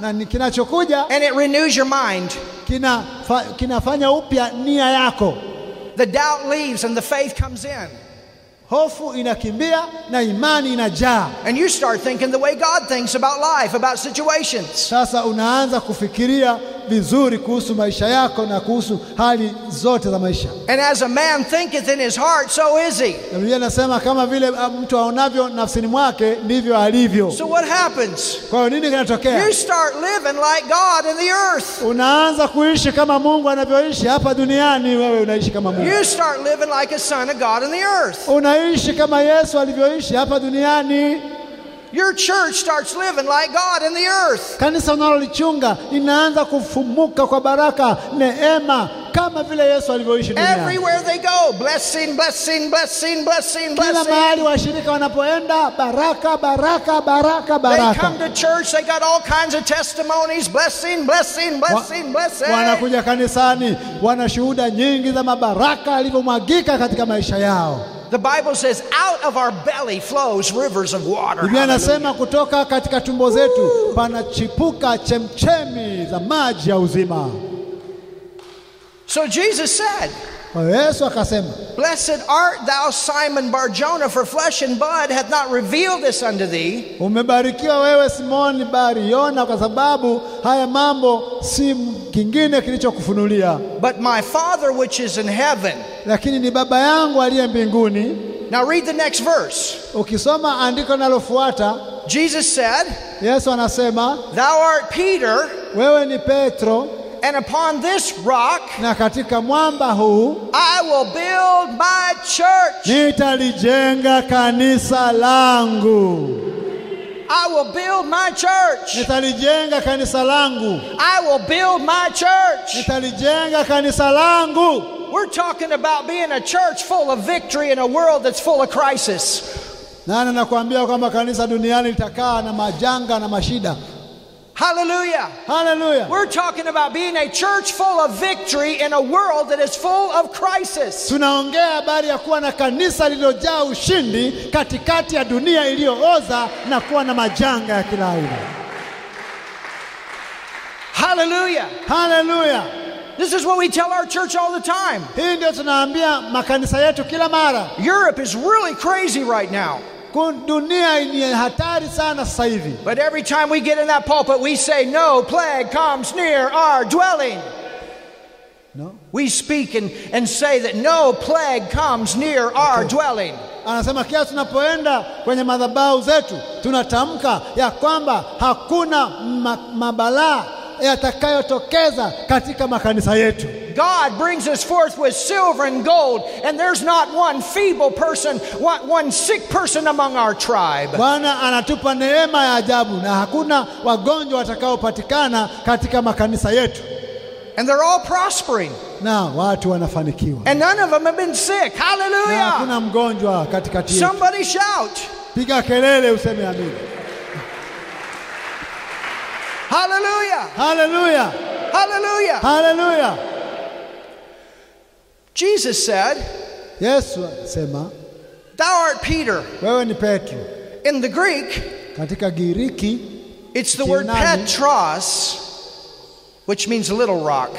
Speaker 2: na ni- kinachokuja
Speaker 1: and it renews your mind.
Speaker 2: kina, fa, kinafanya upya nia yako.
Speaker 1: The doubt leaves and the faith comes in.
Speaker 2: Hofu inakimbia na imani inajaa.
Speaker 1: And you start thinking the way God thinks about life, about situations.
Speaker 2: Sasa unaanza kufikiria vizuri kuhusu maisha yako na kuhusu hali zote za maisha.
Speaker 1: And as a man thinketh in his heart, so is he.
Speaker 2: Na Biblia inasema kama vile ah, mtu aonavyo nafsini mwake ndivyo alivyo.
Speaker 1: So what happens?
Speaker 2: Kwa hiyo nini kinatokea?
Speaker 1: You start living like God in the earth.
Speaker 2: Unaanza kuishi kama Mungu anavyoishi hapa duniani. Wewe unaishi kama Mungu,
Speaker 1: You start living like a son of God in the earth.
Speaker 2: unaishi kama Yesu alivyoishi hapa duniani.
Speaker 1: Your church starts living like God in the earth.
Speaker 2: Kanisa unalolichunga linaanza kufumuka kwa baraka, neema, kama vile Yesu alivyoishi duniani.
Speaker 1: Everywhere they go, blessing, blessing, blessing, blessing,
Speaker 2: Kila
Speaker 1: blessing.
Speaker 2: mahali washirika wanapoenda, baraka, baraka, baraka,
Speaker 1: They
Speaker 2: baraka.
Speaker 1: come to church, they got all kinds of testimonies, blessing, blessing, blessing, blessing.
Speaker 2: wanakuja kanisani, wana shuhuda nyingi za mabaraka alivyomwagika katika maisha yao.
Speaker 1: The Bible says, out of our belly flows rivers of water.
Speaker 2: Biblia inasema kutoka katika tumbo zetu panachipuka chemchemi za maji ya uzima.
Speaker 1: So Jesus said,
Speaker 2: Kwa hiyo Yesu akasema,
Speaker 1: Blessed art thou, Simon Barjona, for flesh and blood hath not revealed this unto thee,
Speaker 2: umebarikiwa wewe Simoni Bari Yona, kwa sababu haya mambo si kingine kilichokufunulia,
Speaker 1: but my Father which is in heaven.
Speaker 2: lakini ni Baba yangu aliye mbinguni.
Speaker 1: Now read the next verse.
Speaker 2: Ukisoma andiko linalofuata
Speaker 1: Jesus said,
Speaker 2: Yesu anasema
Speaker 1: Thou art Peter,
Speaker 2: wewe ni Petro,
Speaker 1: and upon this rock
Speaker 2: na katika mwamba huu
Speaker 1: I will build my church.
Speaker 2: nitalijenga kanisa langu,
Speaker 1: I will build my church.
Speaker 2: nitalijenga kanisa langu,
Speaker 1: I will build my church.
Speaker 2: nitalijenga kanisa langu.
Speaker 1: We're talking about being a church full of victory in a world that's full of crisis.
Speaker 2: Nani nakwambia kwamba kanisa duniani litakaa na majanga na mashida?
Speaker 1: Hallelujah.
Speaker 2: Haleluya!
Speaker 1: We're talking about being a church full of victory in a world that is full of crisis.
Speaker 2: Tunaongea habari ya kuwa na kanisa lililojaa ushindi katikati ya dunia iliyooza na kuwa na majanga ya kila aina.
Speaker 1: Hallelujah.
Speaker 2: Haleluya!
Speaker 1: This is what we tell our church all the time.
Speaker 2: Hii ndio tunaambia makanisa yetu kila mara.
Speaker 1: Europe is really crazy right now.
Speaker 2: Kun- Dunia ni hatari sana sasa hivi,
Speaker 1: But every time we get in that pulpit, we say, No plague comes near our dwelling.
Speaker 2: no?
Speaker 1: We speak and, and say that no plague comes near our dwelling.
Speaker 2: Anasema kila tunapoenda kwenye madhabahu zetu tunatamka ya kwamba hakuna ma mabalaa yatakayotokeza katika makanisa yetu.
Speaker 1: God brings us forth with silver and gold, and there's not one feeble person, one, one sick person among our tribe.
Speaker 2: Bwana anatupa neema ya ajabu na hakuna wagonjwa watakaopatikana katika makanisa yetu,
Speaker 1: And they're all prospering,
Speaker 2: na watu wanafanikiwa
Speaker 1: and none of them have been sick.
Speaker 2: na
Speaker 1: Hallelujah!
Speaker 2: hakuna mgonjwa katikati yetu.
Speaker 1: Somebody shout,
Speaker 2: Piga kelele useme amina,
Speaker 1: Hallelujah!
Speaker 2: haleluya,
Speaker 1: Hallelujah!
Speaker 2: haleluya.
Speaker 1: Jesus said,
Speaker 2: Yesu anasema
Speaker 1: Thou art Peter.
Speaker 2: wewe ni Petro.
Speaker 1: In the Greek,
Speaker 2: Katika Giriki
Speaker 1: it's the word
Speaker 2: Yunani.
Speaker 1: Petros, which means little rock.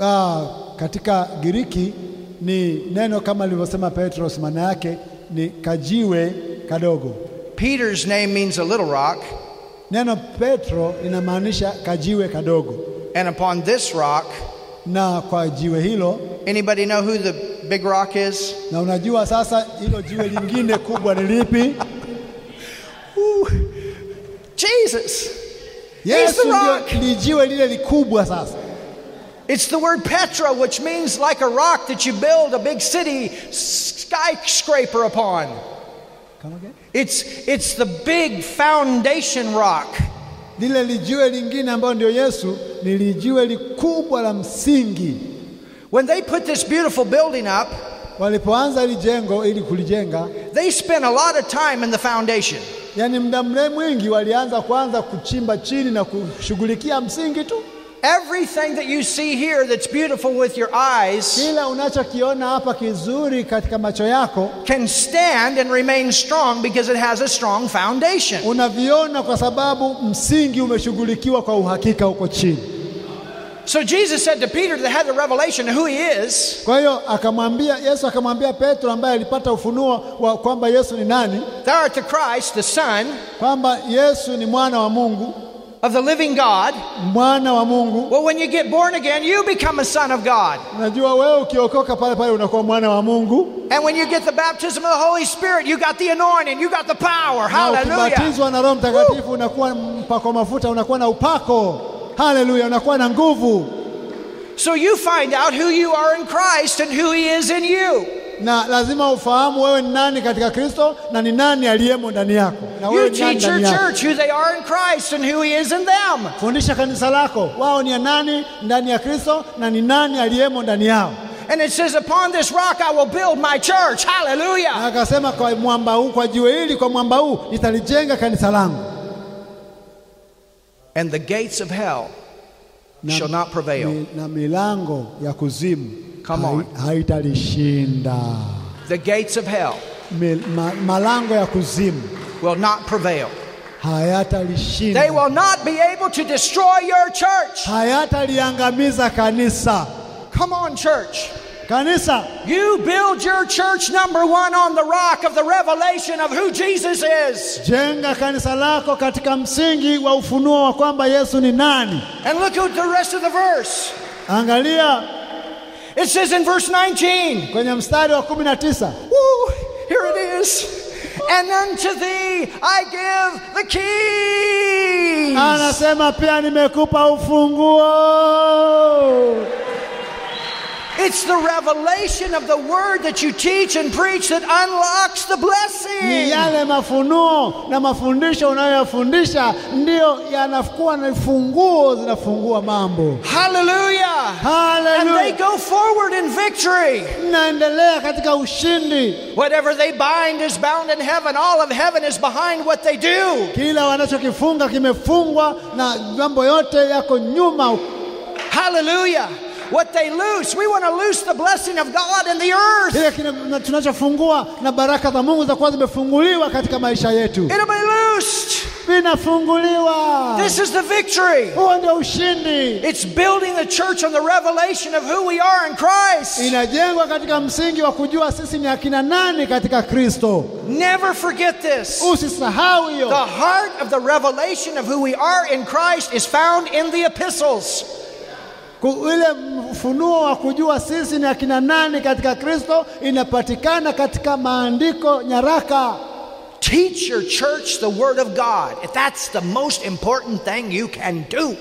Speaker 2: Ah, katika Giriki ni neno kama lilivyosema Petros, maana yake ni kajiwe kadogo.
Speaker 1: Peter's name means a little rock,
Speaker 2: Neno Petro linamaanisha kajiwe kadogo,
Speaker 1: and upon this rock,
Speaker 2: na kwa jiwe hilo,
Speaker 1: anybody know who the big rock is?
Speaker 2: na unajua sasa hilo jiwe lingine kubwa ni lipi?
Speaker 1: Jesus.
Speaker 2: Yesu
Speaker 1: the
Speaker 2: ndio
Speaker 1: rock.
Speaker 2: ni jiwe lile likubwa. Sasa
Speaker 1: It's the word Petra, which means like a rock that you build a big city skyscraper upon.
Speaker 2: Come again?
Speaker 1: It's, it's the big foundation rock.
Speaker 2: lile lijiwe lingine ambayo ndio Yesu ni lijiwe likubwa la msingi.
Speaker 1: When they put this beautiful building up,
Speaker 2: Walipoanza hili jengo ili kulijenga,
Speaker 1: they spent a lot of time in the foundation.
Speaker 2: Yaani muda mrefu mwingi walianza kwanza kuchimba chini na kushughulikia msingi tu.
Speaker 1: Everything that you see here that's beautiful with your eyes
Speaker 2: Kila unachokiona hapa kizuri katika macho yako
Speaker 1: can stand and remain strong because it has a strong foundation.
Speaker 2: unaviona kwa sababu msingi umeshughulikiwa kwa uhakika huko chini.
Speaker 1: So Jesus said to Peter that had the revelation of who he is,
Speaker 2: Kwa hiyo akamwambia Yesu, akamwambia Petro ambaye alipata ufunuo wa kwamba Yesu ni nani,
Speaker 1: Thou art the Christ, the Son
Speaker 2: kwamba Yesu ni mwana wa Mungu
Speaker 1: of the living God.
Speaker 2: mwana wa Mungu.
Speaker 1: Well, when you get born again, you become a son of God.
Speaker 2: Najua wewe ukiokoka pale pale unakuwa mwana wa Mungu,
Speaker 1: And when you get the baptism of the Holy Spirit, you got the anointing, you got the power.
Speaker 2: na
Speaker 1: Hallelujah.
Speaker 2: ukibatizwa na Roho Mtakatifu unakuwa mpako mafuta, unakuwa na upako. Haleluya, unakuwa na nguvu.
Speaker 1: So you find out who you are in Christ and who He is in you.
Speaker 2: na lazima ufahamu wewe ni nani katika Kristo na ni nani aliyemo ndani yako. Na
Speaker 1: You
Speaker 2: wewe ni nani
Speaker 1: teach your
Speaker 2: ndani yako.
Speaker 1: church who they are in Christ and who He is in them.
Speaker 2: Fundisha kanisa lako wao ni ya nani ndani ya Kristo na ni nani aliyemo ndani yao.
Speaker 1: And it says, Upon this rock I will build my church.
Speaker 2: Na
Speaker 1: Hallelujah.
Speaker 2: akasema kwa mwamba huu, kwa jiwe hili, kwa mwamba huu nitalijenga kanisa langu
Speaker 1: And the gates of hell
Speaker 2: na,
Speaker 1: shall not prevail.
Speaker 2: mi- na milango ya kuzimu
Speaker 1: Come on.
Speaker 2: hai- haitalishinda
Speaker 1: The gates of hell
Speaker 2: Mi- ma, malango ya kuzimu
Speaker 1: will not prevail. They
Speaker 2: hayatalishinda,
Speaker 1: will not be able to destroy your church.
Speaker 2: hayataliangamiza kanisa.
Speaker 1: Come on, church.
Speaker 2: Kanisa
Speaker 1: You build your church number one on the rock of the revelation of who Jesus is.
Speaker 2: Jenga kanisa lako katika msingi wa ufunuo wa kwamba Yesu ni nani.
Speaker 1: And look at the rest of the verse.
Speaker 2: Angalia
Speaker 1: It says in verse 19,
Speaker 2: kwenye mstari wa 19,
Speaker 1: Woo, here it is. And unto thee I give the keys.
Speaker 2: anasema pia nimekupa ufunguo.
Speaker 1: It's the revelation of the word that you teach and preach that unlocks the
Speaker 2: Ni
Speaker 1: blessing.
Speaker 2: yale mafunuo na mafundisho unayoyafundisha ndiyo yanakuwa na funguo, zinafungua mambo.
Speaker 1: Hallelujah. And they
Speaker 2: Haleluya,
Speaker 1: go forward in victory.
Speaker 2: naendelea katika ushindi.
Speaker 1: Whatever they bind is bound in heaven. All of heaven is behind what they do.
Speaker 2: Kila wanachokifunga kimefungwa, na mambo yote yako nyuma
Speaker 1: Hallelujah. What they loose, we want to loose the blessing of God in the earth.
Speaker 2: kile kina- na- tunachofungua na baraka za Mungu zitakuwa zimefunguliwa katika maisha yetu,
Speaker 1: It'll be loosed.
Speaker 2: vinafunguliwa.
Speaker 1: This is the victory.
Speaker 2: Huo ndio ushindi,
Speaker 1: It's building the church on the revelation of who we are in Christ.
Speaker 2: inajengwa katika msingi wa kujua sisi ni akina nani katika Kristo.
Speaker 1: Never forget this.
Speaker 2: Usisahau hiyo.
Speaker 1: The heart of the revelation of who we are in Christ is found in the epistles.
Speaker 2: Ku- Ile mfunuo wa kujua sisi ni akina nani katika Kristo inapatikana katika maandiko, nyaraka.
Speaker 1: Teach your church the word of God. If that's the most important thing you can do.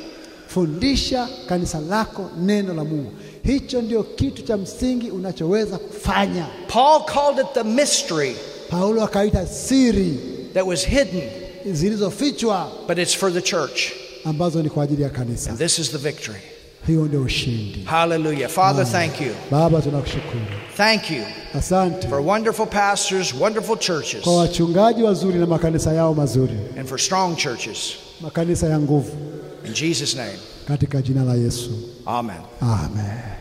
Speaker 2: Fundisha kanisa lako neno la Mungu, hicho ndio kitu cha msingi unachoweza kufanya.
Speaker 1: Paul called it the mystery
Speaker 2: Paulo akaita siri
Speaker 1: that was hidden,
Speaker 2: zilizofichwa
Speaker 1: but it's for the church.
Speaker 2: ambazo ni kwa ajili ya kanisa.
Speaker 1: This is the victory.
Speaker 2: Hiyo ndio ushindi.
Speaker 1: Hallelujah. Father, thank you.
Speaker 2: Baba, tunakushukuru,
Speaker 1: Thank you
Speaker 2: asante
Speaker 1: for wonderful pastors, wonderful churches,
Speaker 2: kwa wachungaji wazuri na makanisa yao mazuri,
Speaker 1: and for strong churches.
Speaker 2: makanisa ya nguvu,
Speaker 1: In Jesus' name,
Speaker 2: katika jina la Yesu,
Speaker 1: amen.
Speaker 2: amen.